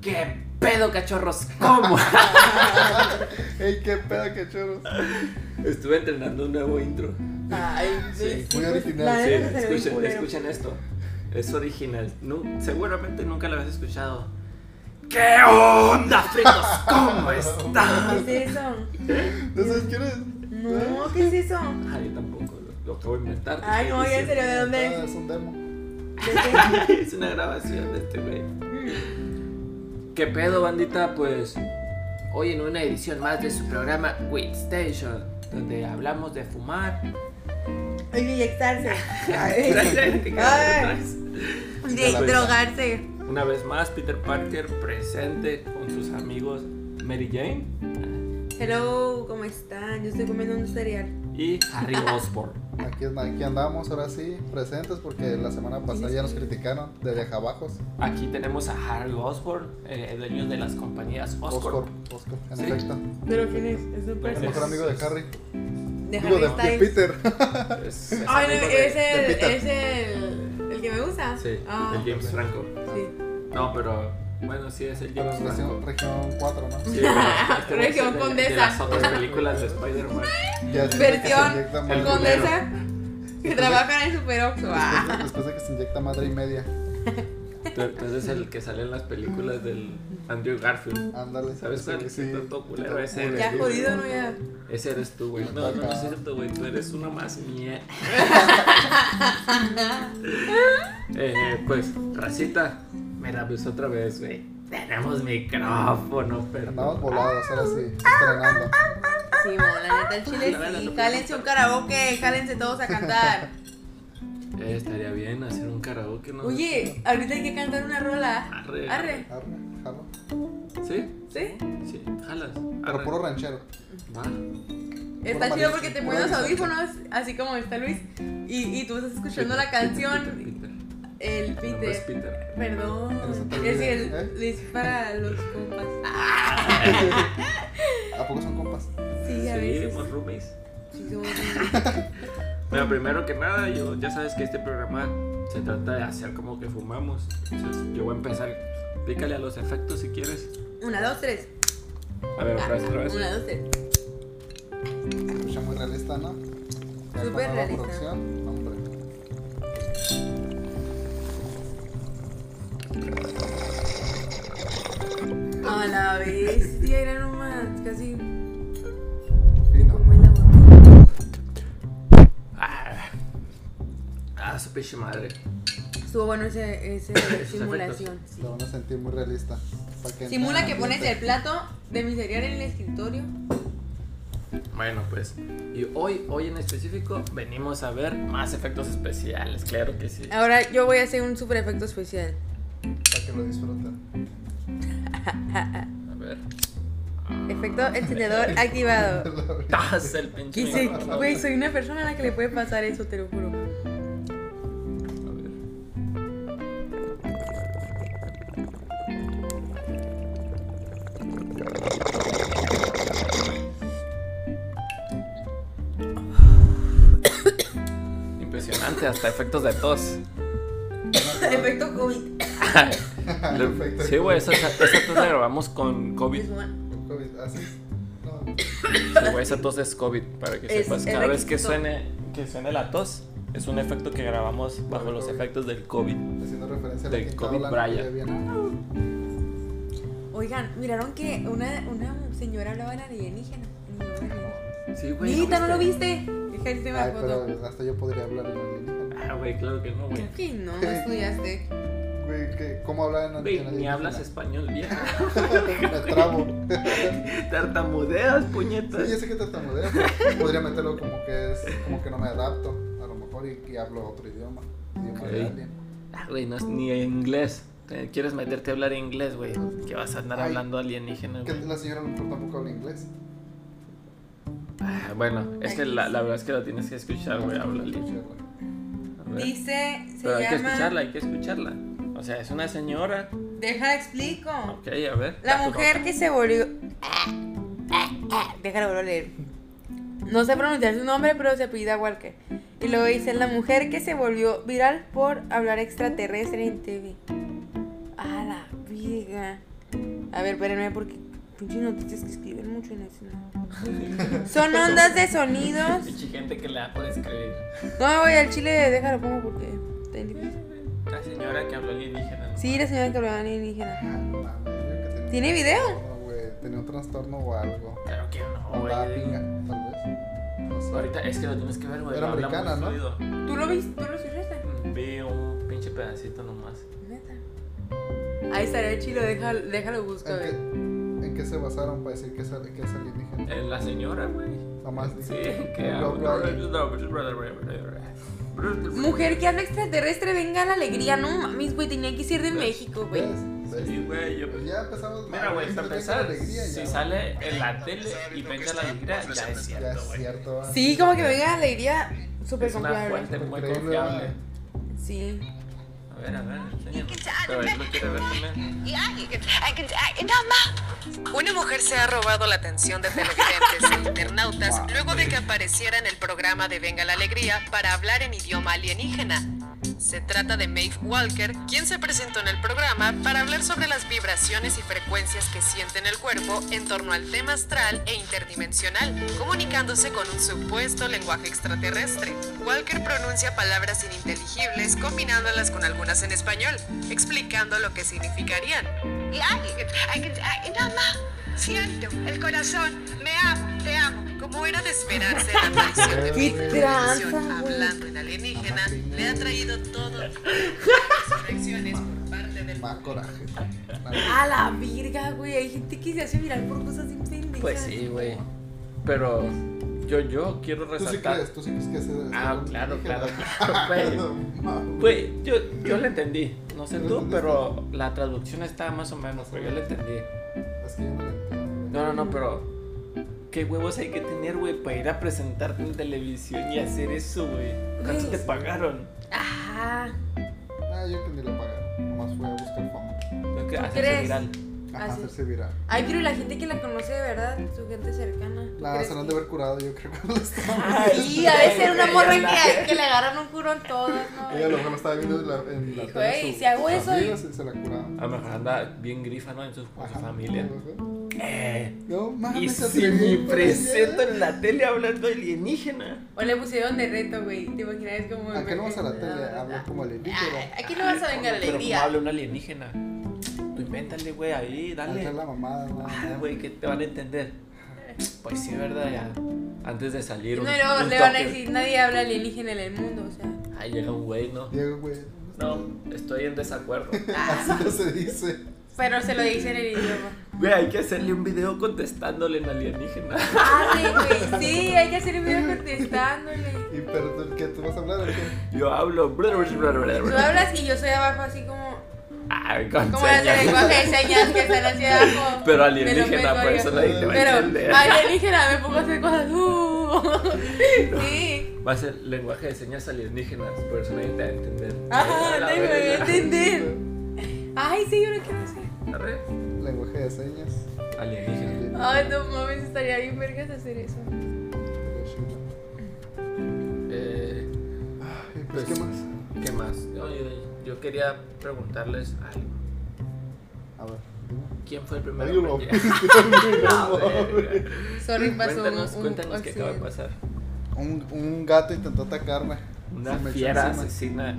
¿Qué pedo, cachorros? ¿Cómo? ¡Ey, qué pedo, cachorros! Estuve entrenando un nuevo intro. Ay, Sí, sí, muy pues, original. la Sí, Sí, neta se le ve escuchen, culero. escuchen esto. Es original. Nu- seguramente nunca lo habías escuchado. ¿Qué onda, fritos? ¿Cómo están? ¿Qué es eso? ¿No sabes quién es? No, ¿qué es eso? Ah, yo tampoco. Lo, lo acabo de inventar. te Ay, estoy no, ya en diciendo. serio, ¿de Ah, dónde es? Es un demo. ¿De Es una grabación de este güey. ¿Qué pedo, bandita? Pues hoy en una edición más de su programa Weed Station, donde hablamos de fumar. qué? Y inyectarse. Ay. Ay. Y de drogarse. Una vez más, Peter Parker presente con sus amigos Mary Jane Hello, ¿cómo están? Yo estoy comiendo un cereal. y Harry Osborn. Aquí, aquí andamos, ahora sí, presentes, porque la semana pasada ya nos criticaron de viajabajos. Aquí tenemos a Harry Osborn, eh, dueños de las compañías Oscorp. Oscar, en Sí. efecto. ¿Pero quién es? Es un El Pues mejor es- amigo de Harry. Digo, Déjame de, de Peter. Es- es Ay, no, amigo de- es de el, Peter. es el, el que me gusta. Sí, Ah, el James Franco. sí. No, pero bueno, sí es el Para James la Franco. región, región 4, ¿no? Sí, bueno, este güey es Región de- De Condesa. las otras películas de Spider-Man. Ya después de que se Versión inyecta el madre- culero. Condesa que trabaja en el Super Oxxo. Ah. después de- Después de que se inyecta madre y media. Entonces el que sale en las películas del Andrew Garfield. Ándale. ¿Sabes Sí, cuál? sí. Está todo culero ese. Ya güey. jodido, ¿no? Ya. Ese eres tú, güey. No, no, no es cierto, güey. Tú eres una más mía. Eh, pues, racita, me la besó otra vez, güey. Tenemos micrófono, Andamos perdón. volados, ahora sí, estrenando. Sí, bueno, la neta, el chile sí. Cálense un karaoke, cálense todos a cantar. Eh, estaría bien hacer un karaoke, ¿no? Oye, ahorita hay que cantar una rola. Arre. Arre, Arre, jalo. ¿Sí? ¿sí? Sí, jalas. Pero Arre. puro ranchero. Va. Está Puro chido mariachi, porque te puro pones los mariachi. audífonos, así como está Luis, y, y tú estás escuchando la Peter, canción. Peter, El Mi nombre es Peter. Peter. Pero se Perdón. te Es olvida, ¿eh? el Luis para los compas. Ah, ¿A poco son compas? sí, a Sí, veces. somos roomies. Sí, somos- Bueno, primero que nada, yo ya sabes que este programa se trata de hacer como que fumamos. Entonces, yo voy a empezar. Pícale a los efectos si quieres. Una, dos, tres. A ver, Ah, otra vez, otra vez. Una, dos, tres. Se escucha muy realista, ¿no? Ya con Súper nueva realista. producción, no, hombre. A la bestia, era nomás casi Fino. como el agua. Ah, ah su pinche madre. Estuvo bueno ese, ese simulación. sí. Lo van a sentir muy realista. para que Simula Ah, entren que al pones el ambiente. plato de mi cereal en el escritorio. Bueno, pues. Y hoy, hoy en específico, venimos a ver más efectos especiales. Claro que sí. Ahora yo voy a hacer un super efecto especial. Para que lo disfruten. A ver. Efecto encendedor activado. Estás Ah, el pinche. Que se- micrófono. Güey, soy una persona a la que le puede pasar eso, te lo juro. A ver. Impresionante, hasta efectos de tos. Efecto COVID. Perfecto. sí, güey, esa, esa tos la grabamos con COVID. Es una- El COVID, Así. No. Sí, güey, esa tos es COVID, para que Es- sepas. es Cada vez que requisito. suene, que suene la tos, es un efecto que grabamos bajo los efectos del COVID. Haciendo referencia a la Del quinta COVID ola, no Brian. llegué bien. Oigan, miraron que una, una señora hablaba de alienígena. Sí, Nita, ¿no lo viste? Déjate la Ay, foto. pero hasta yo podría hablar en alienígena. Ah, güey, claro que no, güey. Creo que no, no estudiaste. Güey, ¿qué- ¿cómo hablar en Güey, alienígena? ni hablas español, vieja. Me trabo. Tartamudeas, Sí, ya puñetas. sé que te tartamudeo, pero podría meterlo como que es como que no me adapto, a lo mejor, y, y hablo otro idioma, idioma de Ok. alguien. Ah, güey, no es ni inglés. Te- Quieres meterte a hablar inglés, güey. Que vas a andar Ay. hablando alienígena, Que güey. la señora a lo mejor tampoco habla inglés. Ah, bueno, es que la, la verdad es que la tienes que escuchar, Ah, güey. Habla alienígena. A ver. Dice, se Pero hay que escucharla, llama. hay que escucharla. O sea, es una señora. Deja explico. Ok, a ver. La tu mujer nota. que se volvió. Déjalo volver a leer. No sé pronunciar su nombre, pero se apellida Walker. Y luego dice: La mujer que se volvió viral por hablar extraterrestre en TV. A la viga. A ver, espérenme porque pinches noticias que escriben mucho y no dicen nada. Son ondas de sonidos. Pinche gente que le da por escribir. No, güey, al chile déjalo pongo porque está bien difícil. La señora que habló alienígena. ¿no? Sí, la señora que hablaba alienígena. Mames, ¿Tiene video? No, güey, tenía un trastorno o algo. Claro que no, Andaba güey. pinga, tal vez. No sé. Ahorita es que lo tienes que ver, güey. Era lo habla muy americana, ¿no? fluido. ¿Tú lo viste? ¿Tú lo eh? escuchaste? Vi un pinche pedacito nomás. Neta. Ahí estaría el chilo, déjalo, déjalo busco, a ¿En, ver. qué, en qué se basaron para decir que es, al- que es alienígena? Eh, la señora, güey. Nomás Sí, dije. que ah, Lo- lo- Mujer que habla extraterrestre, venga la alegría. No mames, güey, tenía que ser de Pues, México, güey. ¿Ves? ¿Ves? Pues Sí, güey, yo Ya empezamos. Mira, güey, para Venga la empezar, alegría si ya. sale en la tele y venga la alegría, ya es Ya cierto, es güey. cierto. va. Sí, como que venga la alegría súper Es una confiable. fuente muy Increíble, confiable. vale. Sí. A ver, a ver, enséñame. Pero él lo quiere ver también. Una mujer se ha robado la atención de televidentes e internautas luego de que apareciera en el programa de Venga la Alegría para hablar en idioma alienígena. Se trata de Maeve Walker, quien se presentó en el programa para hablar sobre las vibraciones y frecuencias que siente en el cuerpo en torno al tema astral e interdimensional, comunicándose con un supuesto lenguaje extraterrestre. Walker pronuncia palabras ininteligibles combinándolas con algunas en español, explicando lo que significarían. Y alguien, alguien, ay, no más. Siento el corazón, me amo, te amo. Como era de esperarse, la aparición de ¡Qué Peter tranza, Jackson güey! hablando en alienígena le ha traído todo tipo de reacciones por parte del Me da coraje. A la virga, güey. Hay gente que se hace viral por cosas impendidas. Pues sí, güey. Pero yo, yo quiero Tú sí resaltar. crees, tú sí crees que es Ah, es claro, claro, alienígena. claro, güey. Mames. Güey, yo, yo la entendí. No sé tú, pero la traducción está más o menos, güey. Yo la entendí. Es que yo no lo entiendo. No, no, no, pero. ¿Qué huevos hay que tener, güey, para ir a presentarte en televisión y hacer eso, güey? ¿Cuánto Güey. te pagaron? Ajá. Ah, yo que ni lo pagaron. Nomás fue a buscar fama. Lo que hacerse crees? viral. Ajá, Ah, sí. hacerse viral. Ay, pero ¿y la gente que la conoce de verdad, su gente cercana. ¿Tú La crees se la han que- de haber curado, yo creo, cuando estaba. Ay, a veces era una morra que, que le agarran un curón todos, Ella a ¿no? lo mejor lo estaba viendo en la, en la Ah, Güey, tele. si hago sus eso, amigas y se la curaron. A lo mejor anda bien grifa, ¿no? En su, con su Ajá. familia. Eh, No Ah, mames, y se si atrevió, me güey. presento en la tele hablando alienígena. O le pusieron de reto, güey. ¿Te imaginas cómo ¿A qué no vas a la tele? Hablas como alienígena. Aquí no vas a vengar la Pero como alegría. habla un alienígena. Tú invéntale, güey, ahí, Hacer dale. la mamada, ¿no? Ah, güey, que te van a entender. Pues sí, ¿verdad? Ya. Antes de salir, No, un, no, un le van a toque. decir, nadie habla alienígena en el mundo, o sea. Ahí llega un güey, ¿no? Diego, güey. No, estoy en desacuerdo. Ah, Así no se dice. pero se lo dicen en el idioma. Güey, hay que hacerle un video contestándole en alienígena. Ah, sí, güey. Sí, hay que hacer un video contestándole. ¿Y pero tú- qué tú vas a hablar? o qué? Yo hablo. Tú hablas y yo soy abajo, así como. Ay, con Como las de señas. lenguaje de señas que están así abajo. Pero Me alienígena, lo por eso meto nadie te yo. va a entender. Pero alienígena, me pongo a hacer cosas. uh. Sí. Va a ser lenguaje de señas alienígenas, por eso nadie te va a entender. Ajá, La nadie me va a verga. entender. Ay, sí, yo no quiero hacer. Arre. Lenguaje de señas. Alienígena. Ay, no mames, estaría bien vergas hacer eso. Eh, Ay, Pues- pues, ¿qué más? ¿Qué más? No, yo, yo quería preguntarles algo. A ver. ¿Quién fue el Ay, primero? lo que- No, verga. Sorry, pasó. Cuéntanos, un- un cuéntanos qué acaba de accidente. pasar. un, un gato intentó atacarme. Una Se me echó fiera encima, asesina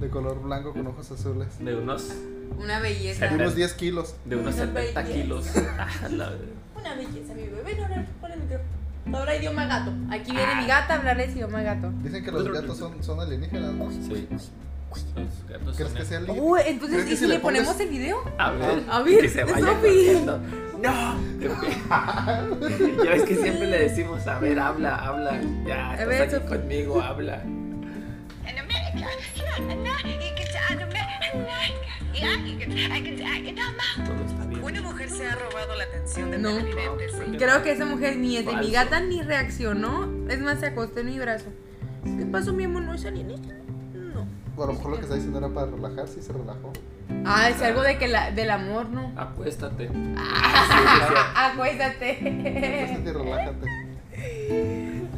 De color blanco con ojos azules. de unos Una belleza. De unos 10 kilos. De unos Una 70 belleza. kilos. Ah, la verga. Una belleza, mi bebé. No hablar por el micrófono. No habla idioma gato. Aquí viene mi gata a hablarles idioma gato. Dicen que los gatos son, son alienígenas, ¿no? Sí. Los gatos ¿Crees son que sea alienígena? Uh, entonces, ¿Crees que ¿y si si le le pongas- ponemos el video? A ver, A ver, que se vaya Sofi. corriendo. ¡No! ya ves que siempre le decimos, a ver, habla, habla. Ya, estás ver, aquí Sofi. conmigo, habla. En América, no, no, y que sea en América. Y alguien, alguien, ay, no más. Todo está bien. Una mujer se ha robado la atención de No. televidentes. No, Creo que esa mujer ni es de mi Falso. gata ni reaccionó. Es más, se acostó en mi brazo. ¿Qué pasó, mi amor? ¿No es alienígena? No. O a lo mejor lo que está diciendo era para relajarse y se relajó. Ah, es algo de que la, del amor, ¿no? Ah, Acuéstate. Acuéstate. Siéntate y Pues, relájate.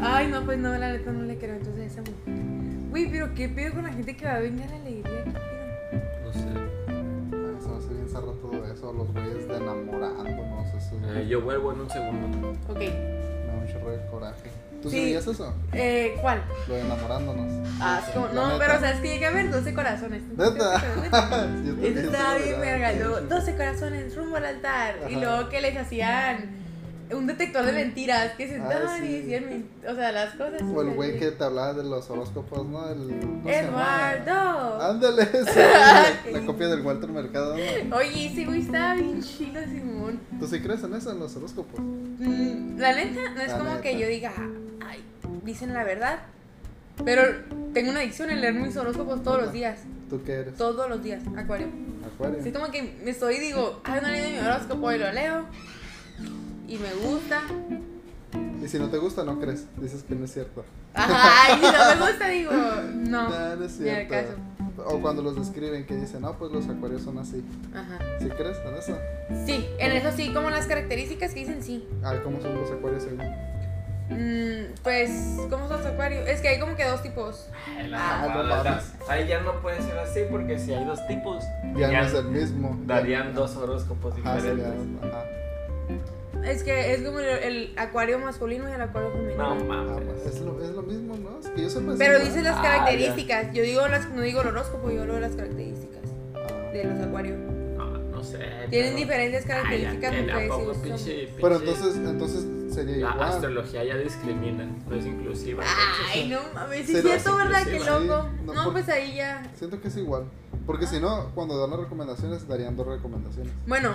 Ay, no, pues no, la neta no le creo entonces a esa mujer. Güey, pero qué pedo con la gente que va a vengar la alegría, qué pedo. No sé. Ah, Eso va a ser bien hace rato de eso, los güeyes de enamorándonos, eso es- Eh, yo vuelvo en un segundo. Ok. me da un chorro de coraje. ¿Tú Sí. sí veías eso? Eh, ¿Cuál? Lo de enamorándonos. Ah, es como- La no, neta. pero sabes que llegué a ver 12 corazones. ¿Neta? Sí, yo Eso también, estaba sí, ¿verdad? bien verga. Yo, 12 corazones rumbo al altar. Y Ajá. luego que les hacían un detector de mentiras. Que sentaban Ah, sí. y decían, men- o sea, las cosas. O el güey así. que te hablaba de los horóscopos, ¿no? El, ¿cómo se llamaba? Eduardo. Ah. Ándale, ese, Ay. la copia del Walter Mercado. ¿no? Oye, ese güey estaba bien chido, Simón. ¿Tú sí crees en eso, en los horóscopos? Mm, La neta, no es La como neta. que yo diga, ay, dicen la verdad. Pero tengo una adicción en leer mis horóscopos todos los días. ¿Tú qué eres? Todos los días, Acuario. Acuario. Así como que me estoy y digo, ay, no leído mi horóscopo y lo leo. Y me gusta. Y si no te gusta, no crees. Dices que no es cierto. Ajá, y si no me gusta, digo, no. No, no es ni al cierto. caso. O cuando los describen que dicen, no, pues los acuarios son así. Ajá. ¿Sí crees en eso? Sí, en eso sí, como las características que dicen sí. Ah, ¿cómo son los acuarios según? Mm, pues, ¿cómo son los acuarios? Es que hay como que dos tipos. Ah, no Ah, mames. da- Ahí ya no puede ser así porque si hay dos tipos, Ya no es el Ah, mismo. darían dos horóscopos Ajá, sería- diferentes. ajá. Es que es como el, el acuario masculino y el acuario femenino. No Ah, mames. pues, es, lo, es lo mismo, ¿no? Es que yo siempre... Pero digo, dice las Ah, características. yo digo las, no digo el horóscopo, yo hablo de las características ah. de los acuarios. No, no sé. Tienen pero- diferentes Ay, ya, características, que la no puedes pongo decir, son- pinche- Pero pinche- entonces, entonces sería La igual. astrología ya discrimina, no es inclusiva. Ay, no mames, sí es Pero cierto, sí, ¿verdad? sí, Qué sí. loco. No, No, por- pues ahí ya. Siento que es igual. Porque si no, cuando dan las recomendaciones, darían dos recomendaciones. Bueno,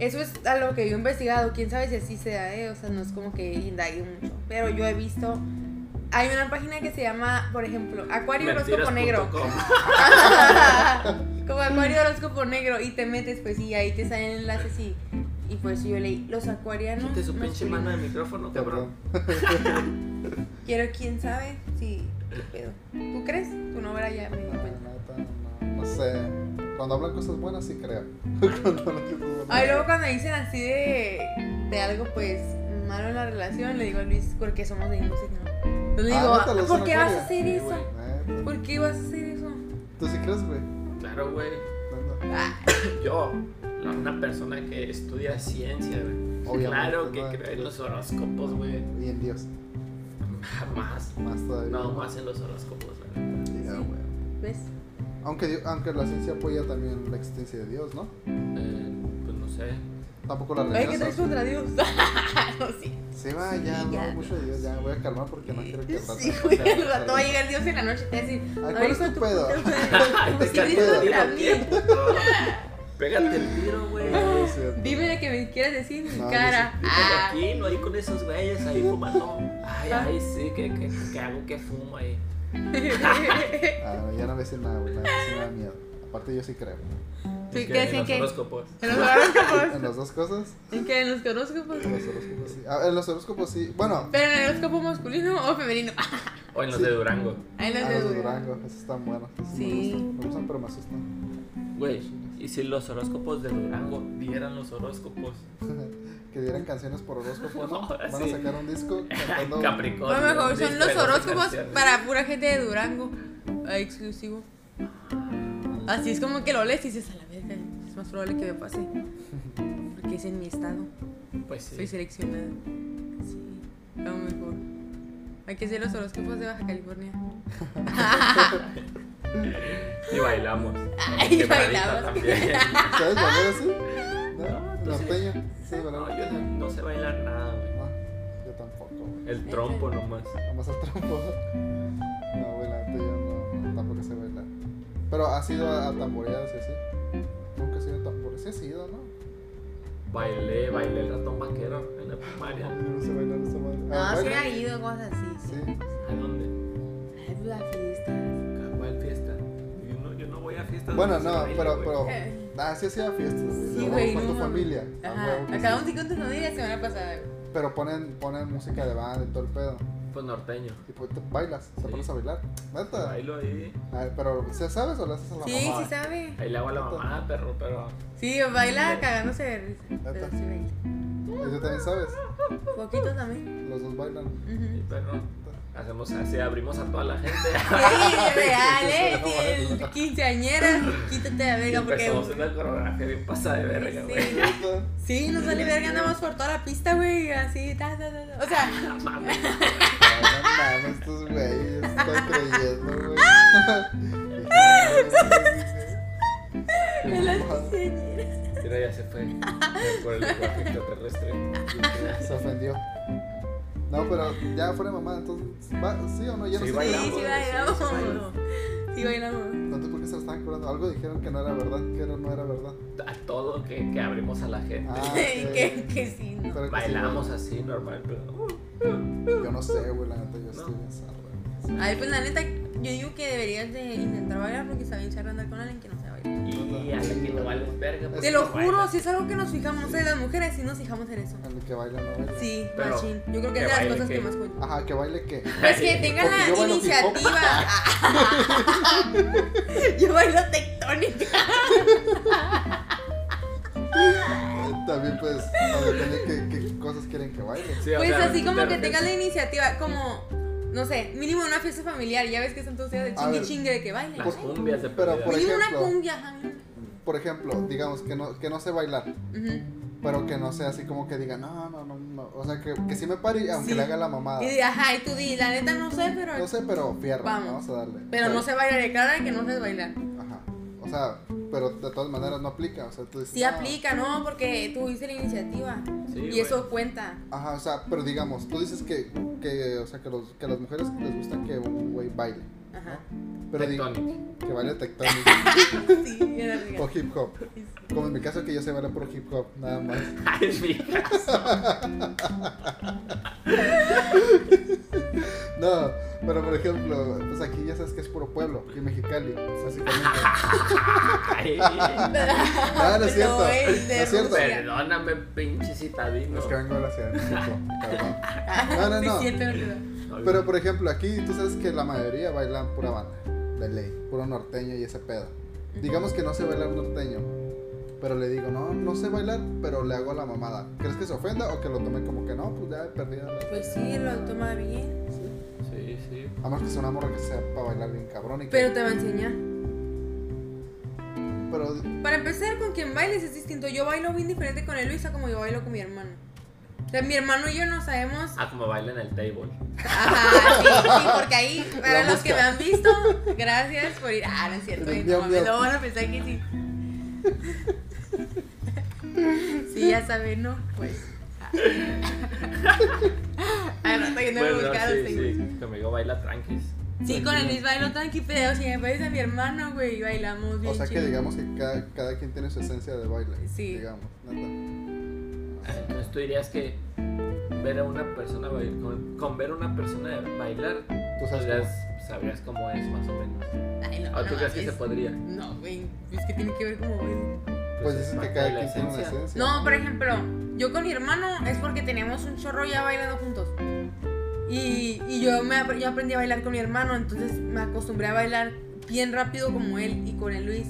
eso es a lo que yo he investigado. Quién sabe si así sea, ¿eh? O sea, no es como que indague mucho. Pero yo he visto. Hay una página que se llama, por ejemplo, Acuario Horóscopo Negro. Mentiras.com. Como Acuario Horóscopo Negro. Y te metes, pues, y ahí te salen enlaces y. Y pues yo leí, los acuarianos. Quite su no pinche fui- mano del micrófono, cabrón. Perdón. Quiero quién sabe si qué pedo. ¿Tú crees? Tu novela ya me di No, cuenta. neta, no, no sé. Cuando hablan cosas buenas, sí creo. Cuando hablan cosas buenas. Ay, luego cuando dicen así de, de algo pues malo en la relación, le digo a Luis, porque somos de mismo signo. Entonces le Ah, digo, neta, los ¿por son qué vas acuario". a hacer Sí, eso? güey. Neta. ¿Por qué vas a hacer eso? ¿Tú sí crees, güey? Claro, güey. Neta. Yo, la- una persona que estudia ciencia, güey. Obviamente, Claro que ¿no? creo en los horóscopos, güey. Y en Dios. Jamás. Más todavía. No, más en los horóscopos, güey. Ya, Sí. güey. ¿Ves? Aunque, Dios- aunque la ciencia apoya también la existencia de Dios, ¿no? Eh, pues no sé. Tampoco la Ay, ¿qué traes rechaza. contra Dios? no, sí. Se va, ya, Sí, ya, no, mucho de Dios. Ya, voy a calmar porque no quiero que el rato Sí, me güey, salga al rato va a algo. llegar Dios en la noche y te va a decir, Ay, no, ¿cuál hijo es de tu tu pedo? puta madre, ¿por qué Te dices el contra tiro, mí? ¿qué, puto? Pégate el tiro, güey. Sí, es cierto. Dime lo que me quieres decir en mi No, no cara. sé. Dímelo Ah, aquí, no hay con esos güeyes ahí fumando. Ay, ay, sí, que, que, que hago que fumo ahí. Ah, ya no me dicen nada, güey. La neta sí me da miedo. Aparte, yo sí creo. ¿Qué Que decían en que? los horóscopos. En los horóscopos. En las dos cosas, ¿En qué? En los horóscopos. en los horóscopos sí. Ah, en los horóscopos sí. Bueno, Pero en el horóscopo masculino o femenino. O en los Sí. de Durango. Ahí a no los de sé. Durango, esos están buenos. esos Sí. Me gustan, me gustan, pero me asustan. Güey, y si los horóscopos de Durango dieran los horóscopos. Que dieran canciones por horóscopo, ¿no? No, Van a sí. sacar un disco Ah, cantando. Capricornio. A lo mejor son disco de los 12 horóscopos canciones. para pura gente de Durango. Ah, Exclusivo. Así es como que lo lees y dices a la verga. Es más probable que me pase. Porque es en mi estado. Pues Soy sí. seleccionada. Sí, a lo mejor. Hay que hacer los horóscopos de Baja California. Y bailamos. Ay, Quebradita bailamos. también. ¿Sabes bailar así? No, tú ¿No? sí. Norteño. ¿Sabes No, bailar yo no, norteño? no sé bailar nada, güey. No, yo tampoco, güey. El trompo Este. nomás. Vamos al trompo. No, güey, la neta, yo no, no, tampoco sé bailar. Pero ha sido a, a tamboreadas y así. Nunca he sido tamboreado. Sí, he sido, ¿no? Bailé, bailé el ratón vaquero en la Yo primaria. no sé bailar esa madre. Ah, No, se bueno. ha ido cosas así. Sí. ¿A dónde? Ay, pues, la fiesta. ¿A cuál fiesta? Yo no, yo no voy a fiestas. Bueno, donde se no, baile, pero, güey. pero. Eh. Ah, sí hacía fiestas, güey. Sí, de güey, huevo, Con no tu mames. familia. a Ajá. huevo que Acabamos sí. de contar una la semana pasada. Pero ponen, ponen música de banda y todo el pedo. Pues norteño. Y pues te bailas, te Sí. pones a bailar. Neta. Bailo ahí. A ver, pero ¿se sabes o le haces a la Sí, mamá? sí sabe. Ahí le hago a la mamá, perro, pero. Sí, baila cagándose de risa. Pero sí baila. Y tú Pues, también sabes. Poquito también. Los dos bailan. Ujú. Sí, perro. Hacemos así, abrimos a toda la gente. Sí, real, ¿eh? Sí, quinceañera, quítate la Y verga empezamos porque. una coreografía bien pasada de verga, güey. Sí, sí, nos vale verga, andamos por toda la pista, güey, así, ta, ta, ta, ta. O sea, No mames. No mames, estos güeyes, estoy creyendo, güey. me la quinceañera. Mira, ya se fue por el lenguaje extraterrestre. Se ofendió. No, pero ya fuera de mamá, entonces, ¿va- ¿sí o no? Ya Sí, no sé. Sí, bailamos, sí bailamos. Sí bailamos. Entonces, ¿por qué se lo estaban curando? Algo dijeron que no era verdad, que no, no era verdad. A todo que, que abrimos a la gente. Ah, ok. Que, que sí, no. Pero que sí, Bailamos así, normal, pero. uh, güey. Yo no sé, güey, la neta, yo estoy No. bien zarra. Ay, pues la neta, yo digo que deberías de intentar bailar porque está bien charla andar con alguien que no sabe bailar. Y a la que no vales verga. pues, Te lo no baila. juro, si es algo que nos fijamos, no sé, las mujeres sí nos fijamos en eso. En lo que baila, no baila. Sí, Pero, machín. Yo creo que que es de las baile, cosas que que- más cuento. Ajá, que baile qué. Pues que tengan Porque yo la bailo iniciativa. yo bailo tectónica. También, pues, no, depende de qué, qué cosas quieren que baile. Sí, o Pues sea, así como de que repente- tengan la iniciativa, como, no sé, mínimo una fiesta familiar. Ya ves que son todos días de A chingue ver. chingue de que bailen. Las cumbias de Pero perdida. por Mínimo una ejemplo. Ah. cumbia, ajá, mínimo. Por ejemplo, digamos que no, que no sé bailar, Ujú. pero que no sea así como que diga, no, no, no, no. O sea, que, que sí me pare, aunque Sí. le haga la mamada. Y ajá, y tú di, la neta no sé, pero. No sé, pero fierro, Vamos. vamos a darle. Pero no sé bailar, de cara de que no sé bailar. Ajá. O sea, pero de todas maneras no aplica. O sea, tú dices. Sí "Ah". aplica, ¿no? Porque tú hiciste la iniciativa. Sí, y güey. eso cuenta. Ajá, o sea, pero digamos, tú dices que, que, o sea, que, los, que a las mujeres les gusta que un güey baile. Ajá. Pero di- Tectonic. que baile tectónico Sí, era rica. o hip hop. Como en mi caso que yo sé bailar por hip hop, nada más. Ay, mija. No, pero por ejemplo, pues aquí ya sabes que es puro pueblo, y Mexicali, básicamente. Ay, No, no es cierto. No, es No de es cierto. Rusia. Perdóname, pinche citadino. Es que vengo de la Ciudad de México, perdón. No, no, Sí, no. siento, ¿verdad? Ay, Pero por ejemplo, aquí tú sabes que la mayoría bailan pura banda, de ley, puro norteño y ese pedo. Digamos que no sé bailar norteño, pero le digo, no, no sé bailar, pero le hago la mamada. ¿Crees que se ofenda o que lo tome como que no? Pues ya he perdido la. Pues sí, lo toma bien. Sí, sí. A menos que sea una morra que sepa bailar bien cabrón y que. Pero te va a enseñar. pero Para empezar, con quien bailes es distinto. Yo bailo bien diferente con el Luis a como yo bailo con mi hermano. O sea, mi hermano y yo no sabemos. Ah, como baila en el table. Ajá, sí, sí, porque ahí, para La los que me mosca. han visto, gracias por ir. Ah, no es cierto, Pero eh, miau, no mames, miau. no van a pensar que sí. Sí, ya saben, ¿no? Pues. Al rato que Ah, no me Bueno, buscaron, sí, sí. sí. Conmigo baila tranquis. Sí, con el Luis bailo tranqui, pero si me parece a mi hermano, güey, y bailamos bien o sea que chido. digamos que cada, cada quien tiene su esencia de baile. Sí. Digamos, neta. Ah, Entonces tú dirías que ver a una persona bail- con, con ver a una persona bailar, Tú tú sabes sabrías, sabrías cómo es más o menos. Ay, no, ¿O no tú crees que se mames. podría? No, güey, es que tiene que ver como güey. Pues es dicen que parte cada de la quien tiene una esencia. esencia. No, por ejemplo, yo con mi hermano es porque tenemos un chorro ya bailando juntos. Y, y yo, me, ap- yo aprendí a bailar con mi hermano, entonces me acostumbré a bailar bien rápido como él y con el Luis.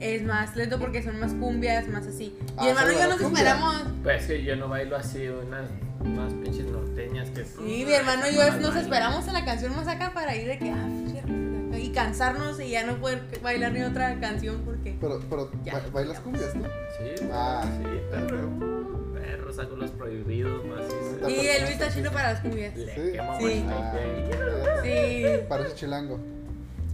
Es más lento porque son más cumbias, más así. Mi Ah, hermano solo y yo la nos cumbia. esperamos. Pues es que yo no bailo así, unas, unas pinches norteñas que Sí, Ah, mi hermano y yo es- nos esperamos a la canción más acá para ir de que. ah, fierro, y cansarnos y ya no poder bailar ni otra canción porque. Pero, pero Ya, ba- bailas ya. cumbias, ¿no? Sí, Ah. sí, perro. Perro, saco los prohibidos, más. Ya, pero no Y el Luis está está chido chido. para las cumbias. Le Sí. quemo Sí. bastante. Ah, Sí. Parece chilango.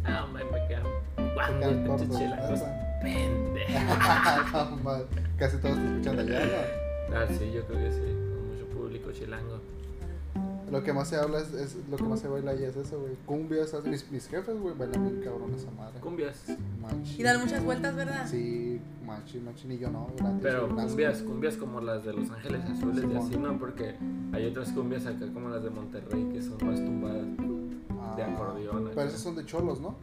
Ah, me, me quedan Te guangos, caen pinches cortos, chilangos. neta. Pendejo. Ah, madre. Casi todos te escuchan de allá. Ah, sí, yo creo que sí. Con mucho público chilango. ¿no? Lo que más se habla es, es- lo que más se baila allá es eso, güey. Cumbias, esas- mis, mis jefes, güey, bailan bien cabrón esa madre. Cumbias. Machín. Y dan muchas vueltas, ¿verdad? Sí, machín, machín y yo no. güey, la neta, Pero soy un asco. cumbias, cumbias como las de Los Ángeles Azules y Simón. así, ¿no? Porque hay otras cumbias acá como las de Monterrey que son más tumbadas. Ah, de acordeón, acá. Pero esos son de cholos, ¿no?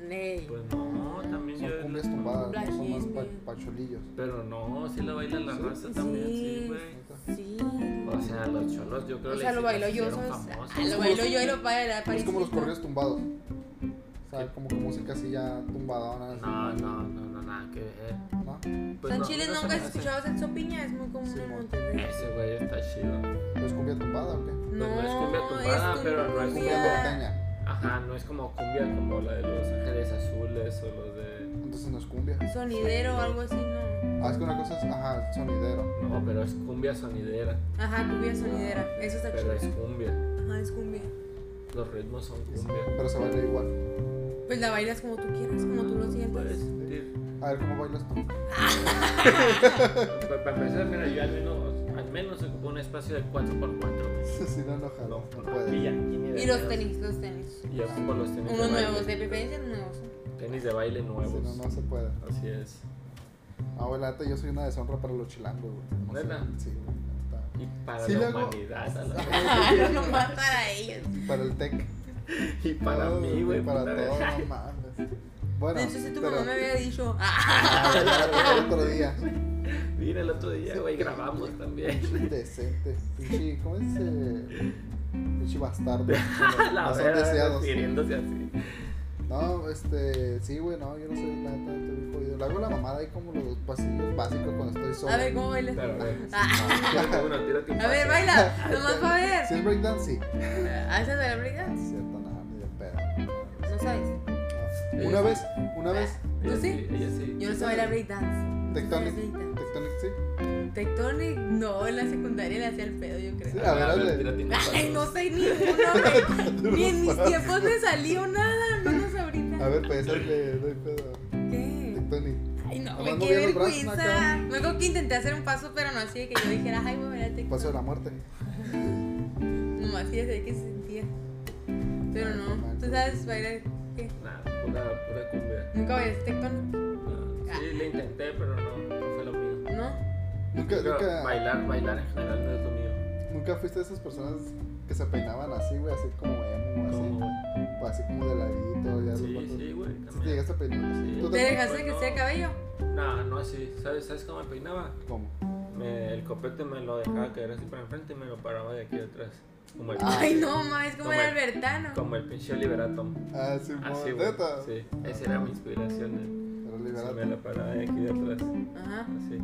Ney. Pues no, también yo... Son cumbias tumbadas, no son más pa- Blajín. pacholillos. Pero no, sí la baila la Sí, raza sí, también, sí. sí, güey. neta. Sí. O sea, los cholos yo creo O sea, lo bailo yo, ¿sabes? famosos. Ah, lo bailo yo y lo baila Es París. como los correos tumbados. O sea, como que música así ya tumbadona. así, No, no, no, no, nada que ver. ¿no? Pues en no, Chile no se nunca me has hace. escuchado Celso Piña, es muy común Sí, en mo. Monterrey. Ese güey está chido. ¿No ¿Es cumbia tumbada o qué? no es cumbia tumbada, pero no es Cumbia cumbia. norteña. Ajá, no es como cumbia como la de los Ángeles Azules o los de... Entonces no es cumbia. Sonidero o algo así, no. Ah, es que una cosa es, ajá, el sonidero. No, pero es cumbia sonidera, Ajá, cumbia sonidera. Eso está Ah, pero chido. es cumbia. Ajá, es cumbia. Los ritmos son cumbia. Pero se baila igual. Pues la bailas como tú quieras, como tú lo Puedes sientas. sentir. A ver cómo bailas tú. Pues para empezar, mira, yo al menos, al menos ocupo un espacio de 4x4. si no enojado, No, no por puedes. ya, ni de Y los pedos. tenis, los tenis. Y yo ocupo los tenis Unos de baile. nuevos, de preferencia nuevos. Tenis de baile Si nuevos. no, no se puede. Así es. Ah, güey, la neta, yo soy una deshonra para los chilangos, güey. O sea, ¿Neta? Sí, güey, neta. Y para Sí, la luego- humanidad, a la- Ajá, nomás para ellos. Y para el tech. y para No, mí, güey. y Para puta todo, madre. no mames. Bueno, De hecho, si tu pero- mamá me había dicho, Ah, ya, ya, el otro día. Mira, el otro día, güey, grabamos también. Indecente. Pinche, ¿cómo es? eh? Pinche bastardo. la No son verdad, deseados. refiriéndose así. No, este, sí, güey, no, yo no soy la neta, estoy bien jodido. Le hago la mamada ahí como los pasillos básicos cuando estoy solo. a ver cómo bailas. Pero, güey, Ah, tírate uno, tírate un A pase. ver, baila, nomás para ver. Sí, el breakdance, sí. No ¿Haces de la briga? es cierto, nada, ni de pedo. No sabes. No. Una vez, una vez, Ella ¿Tú sí? Ella sí. Yo no sé bailar breakdance. Tectonic, Breakdance. Tectonic, sí. Tectonic, no, en la secundaria le hacía el pedo, yo Sí, creo. a ver, hazle. tírate un Ay, pase. no sé ni uno, güey. Ni en mis tiempos me salió nada, menos ahorita. A ver, pues, hazle, no hay pedo. ¿Qué? Tectonic. Ay, no, Nomás güey, qué moviendo el brazo, ¿no, vergüenza. cabrón? Me acuerdo que intenté hacer un paso, pero no así de que yo dijera, ay, voy a ver Paso de la Tectonic. muerte. No, así de que se sentía. Pero no, tú sabes bailar, ¿qué? Nah, pura, pura cumbia. Nunca bailaste Tectonic, Ah. Nah, Sí, le intenté, pero no, no fue lo mío. ¿no? Nunca, Pero nunca, Bailar, bailar en general no es lo mío. nunca fuiste de esas personas que se peinaban así, güey, así como Como, emo, así, güey. así como de ladito, Ah, ya Sí, los- sí, güey. Si te también. llegaste a peinar, Sí. ¿tú ¿Te ¿Te también? dejaste que no. sea el cabello? No, no así. ¿Sabes, ¿Sabes cómo me peinaba? ¿Cómo? Me- el copete me lo dejaba caer así para enfrente y me lo paraba de aquí atrás. Como el, Ay, no, mames, como Como el- era Albertano. como el pinche Liberatom. Ah, sí, Así, mo- güey. neta. Sí, esa era mi inspiración. Pero eh. liberado. Sí, me la paraba de aquí de atrás. Ajá. Así.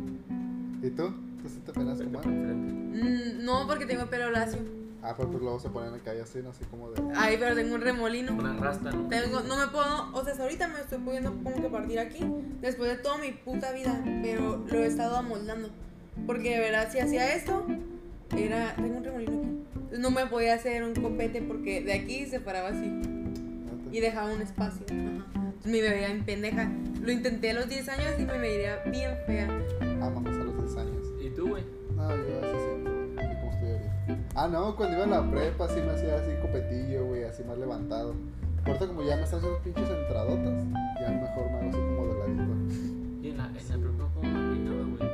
¿Y tú? ¿Tú sí te peinas vete como para emo? enfrente. Mm, no, porque tengo pelo lacio. Ah, pero pues luego se ponen acá y así, ¿no? Así como de... Ay, pero tengo un remolino. Una rasta, ¿no? Tengo, no me puedo, o sea, hasta ahorita me estoy pudiendo como que partir aquí, después de toda mi puta vida, pero lo he estado amoldando. Porque de verdad, si hacía esto, era, tengo un remolino aquí. Entonces, No me podía hacer un copete porque de aquí se paraba así y dejaba un espacio. Ajá. Entonces me veía en pendeja. Lo intenté a los 10 años y me veía bien fea. Ah, mamás a los 10 años. ¿Y tú, güey? No, yo así siempre, güey, como estoy ahorita. Ah, no, cuando iba a la prepa sí me hacía así copetillo, güey, así más levantado. Ahorita como ya me están haciendo pinches entradotas, ya mejor me hago así como de ladito. Y en la, en la prepa, ¿cómo me peinaba, güey?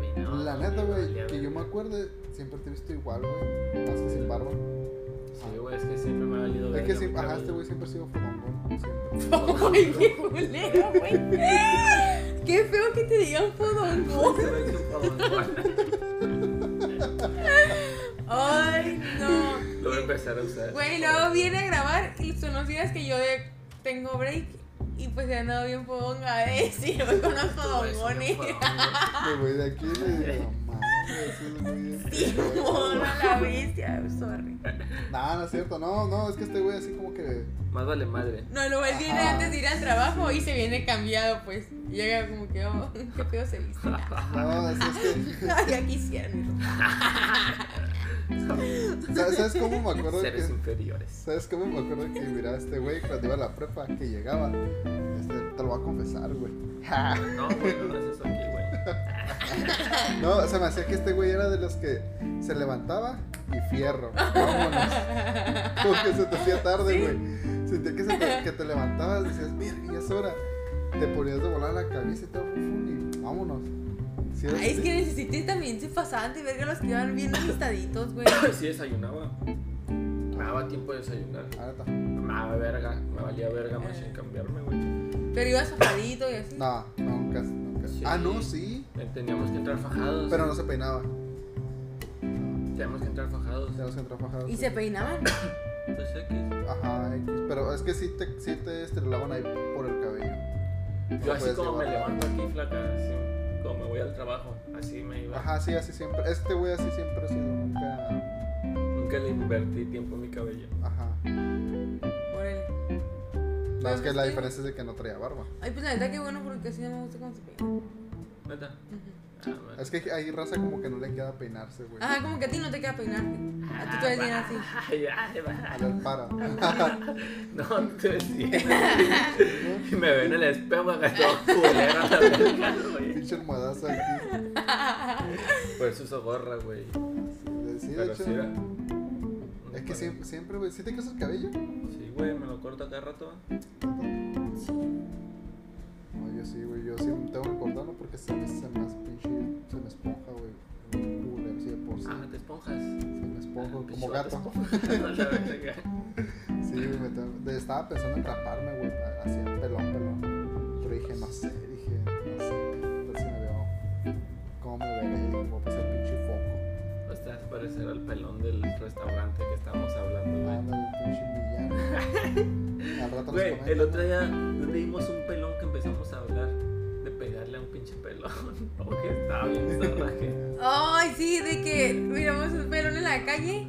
Ni me peinaba. la ni neta, me güey, valía que yo me verga. acuerde, siempre te he visto igual, güey, más que sin barba. Sí, güey, es que siempre me ha valido Es verga, que siempre, güey, ajá, este pero- güey siempre ha sido fodongón, como siempre. Ay, qué culero, güey. Qué feo que te digan fodongo. Se me hizo un favor. Ay, no. Lo voy a empezar a usar. Güey, luego viene a grabar y son los días que yo de- tengo break y pues he andado bien fodonga, ¿eh? Sí, voy con los fodongones. Me voy de aquí y le digo, madre, sí, güey. Sí, mona, la bestia, I'm sorry. No, no es cierto, no, no, es que este güey así como que... Más vale madre. No, luego él viene Ajá. antes de ir al trabajo y se viene cambiado, pues. Y Llega como que, oh, qué feo se viste. Ah. No, es, es que... Ay, ya quisiera mi ropa. ¿Sabes sabes cómo me acuerdo de Seres que... inferiores. ¿Sabes cómo me acuerdo que miraba a este güey cuando iba a la prepa? Que llegaba. Este, te lo voy a confesar, güey. Ja. No, güey, no haces eso aquí, güey. No, se me hacía que este güey era de los que se levantaba y fierro. Vámonos. Como que se te hacía tarde, güey. Sentía que, se te, que te levantabas, decías, mira, ya es hora. Te ponías de volar la cabeza y todo, fum, fum, y vámonos. Si eres Ay, es así, que necesité también se pasaban de verga los que iban bien alistaditos, güey. Sí desayunaba. Me daba tiempo de desayunar. Ah, neta. Me daba verga. Me valía verga más sin cambiarme, güey. Pero iba zafadito y así. No, nunca, nunca. Sí. Ah, no, sí. Teníamos que entrar fajados. Pero no se peinaba. Teníamos que entrar fajados. Tenemos que entrar fajados. Y sí. se peinaban. pues X. Ajá, X, pero es que sí te, sí te estrelaban ahí por el cabello. No Yo así puedes como me llevarlo. levanto aquí, flaca, así como me voy al trabajo, así me iba. Ajá, sí, así siempre. Este güey así siempre ha sido, nunca. Nunca le invertí tiempo en mi cabello. Ajá. Órale. Nada más que pues la sí. diferencia es de que no traía barba. Ay, pues la neta, qué bueno porque así no me gusta cómo se peina. ¿Neta? Ujú. Ah, bueno. Es que hay raza como que no le queda peinarse, güey. Ajá, como que a ti no te queda peinarte. Ah, A ti todavía tienes así. Ay, ay, A va. ver, para. No, tú decías. Y me veo en el espejo agarrado culero a la verga, güey. Pinche almohadazo aquí. Por eso uso gorra, güey. Sí, de Pero hecho. sí era. Es que siempre, siempre, güey. ¿Sí te crece el cabello? Sí, güey, me lo corto cada rato. No, yo sí, güey. Yo sí tengo que cortarlo porque se me, se me hace pinche. Se me esponja, güey. Culero, sí, de por sí. Ah, te esponjas. Se me esponja, Ah, como pichote, gato. esponja. A la verga. Sí, güey, me tengo- de- estaba pensando en raparme, güey, a- así el pelón, pelón. Pero dije, no sé, dije, no sé. Entonces me veo, ¿cómo me veré? Dije, voy a pasar "Pues, pinche foco. O sea, es parecer al pelón del restaurante que estábamos hablando, güey. Ah, Ándale, pinche villano. Al rato nos Güey, comentan, el otro güey. día leímos un pelón que empezamos a hablar de pegarle a un pinche pelón. O que estaba bien salvaje. Ay, sí, de que miramos un pelón en la calle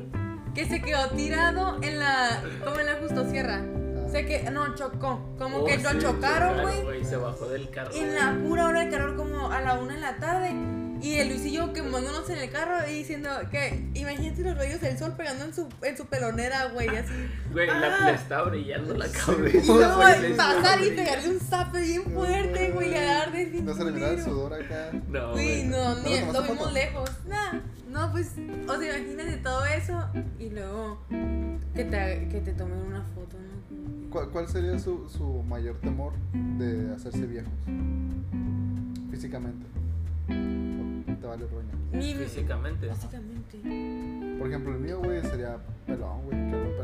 que se quedó tirado en la. como en la justo sierra. Ah, O sea que. no, chocó. Como Oh, que lo sí, chocaron, güey. Se bajó del carro. En la pura hora de calor, como a la una de la tarde. Y el Luis y yo quemándonos en el carro y diciendo que. Imagínate los rayos del sol pegando en su, en su pelonera, güey, así. Güey, la, Ah. le estaba brillando la Y cabeza. luego güey, le estaba pasar y brillando. pegarle un zape bien fuerte, güey, y agarrarle bien No se le miraba el culero. sudor acá. No, Uy, güey. no, ¿No ni- le tomaste lo vimos foto? lejos. Nah, no, pues, o sea, imagínate todo eso y luego que te, que te tomen una foto, ¿no? ¿Cuál, cuál sería su, su mayor temor de hacerse viejos? Físicamente. O Te vale roña. Ni- Físicamente. Básicamente. Por ejemplo, el mío, güey, sería pelón, güey. Quiero un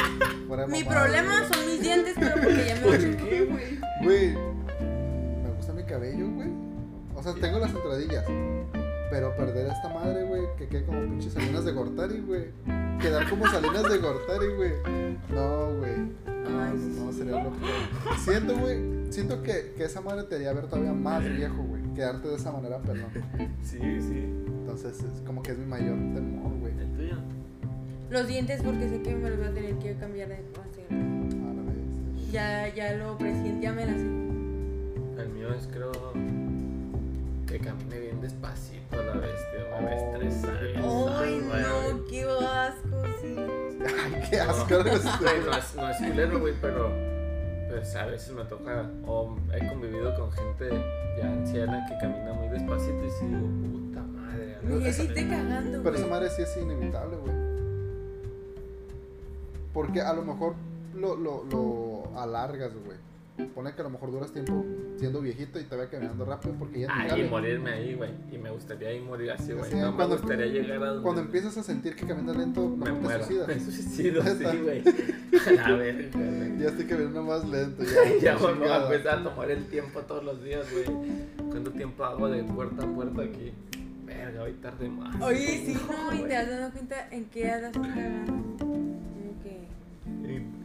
pelón. Fuera de Mi mamada, problema güey. son mis dientes, pero porque ya me lo choqué, güey. Güey, me gusta mi cabello, güey. O sea, tengo las entradillas. Pero perder a esta madre, güey, que quede como pinches salinas de Gortari, güey. Quedar como salinas de Gortari, güey. No, güey. No, Ay, no, sería lo peor. Siento, güey, siento que, que esa madre te haría ver todavía más viejo, güey. Quedarte de esa manera, perdón. Sí, sí. Entonces, es como que es mi mayor temor, güey. ¿El tuyo? Los dientes porque sé que me los voy a tener que cambiar de hacer. A la vez. Ya, ya lo presiento, ya me la sé. El mío es, creo. Que camine bien despacito la bestia. Me va a estresar. bien Ay, zarra, güey. no, qué asco, sí. Ay, qué asco. Güey, no es, no es culero, güey, pero pues, a veces me toca, o he convivido con gente ya anciana que camina muy despacito y sí digo, puta madre. a la Me verga". hiciste cagando, Pero güey. esa madre sí es inevitable, güey. Porque a lo mejor lo, lo, lo alargas, güey. Pone que a lo mejor duras tiempo siendo viejito y te va caminando rápido porque ya te Ay, cabe. y morirme ahí, güey. Y me gustaría ahí morir así, güey. Sí, No me cuando- gustaría llegar a donde Cuando empiezas a sentir que caminas lento, me no te muero. suicidas. Me suicido, Ya sí, está. güey. A la verga, güey. Ya estoy caminando más lento. Ya, Ya güey, me voy a chingada. empezar a tomar el tiempo todos los días, güey. ¿Cuánto tiempo hago de puerta a puerta aquí? Verga, hoy tarde más. Oye, sí, no, y güey. te has dado cuenta en qué andas cagando. Como que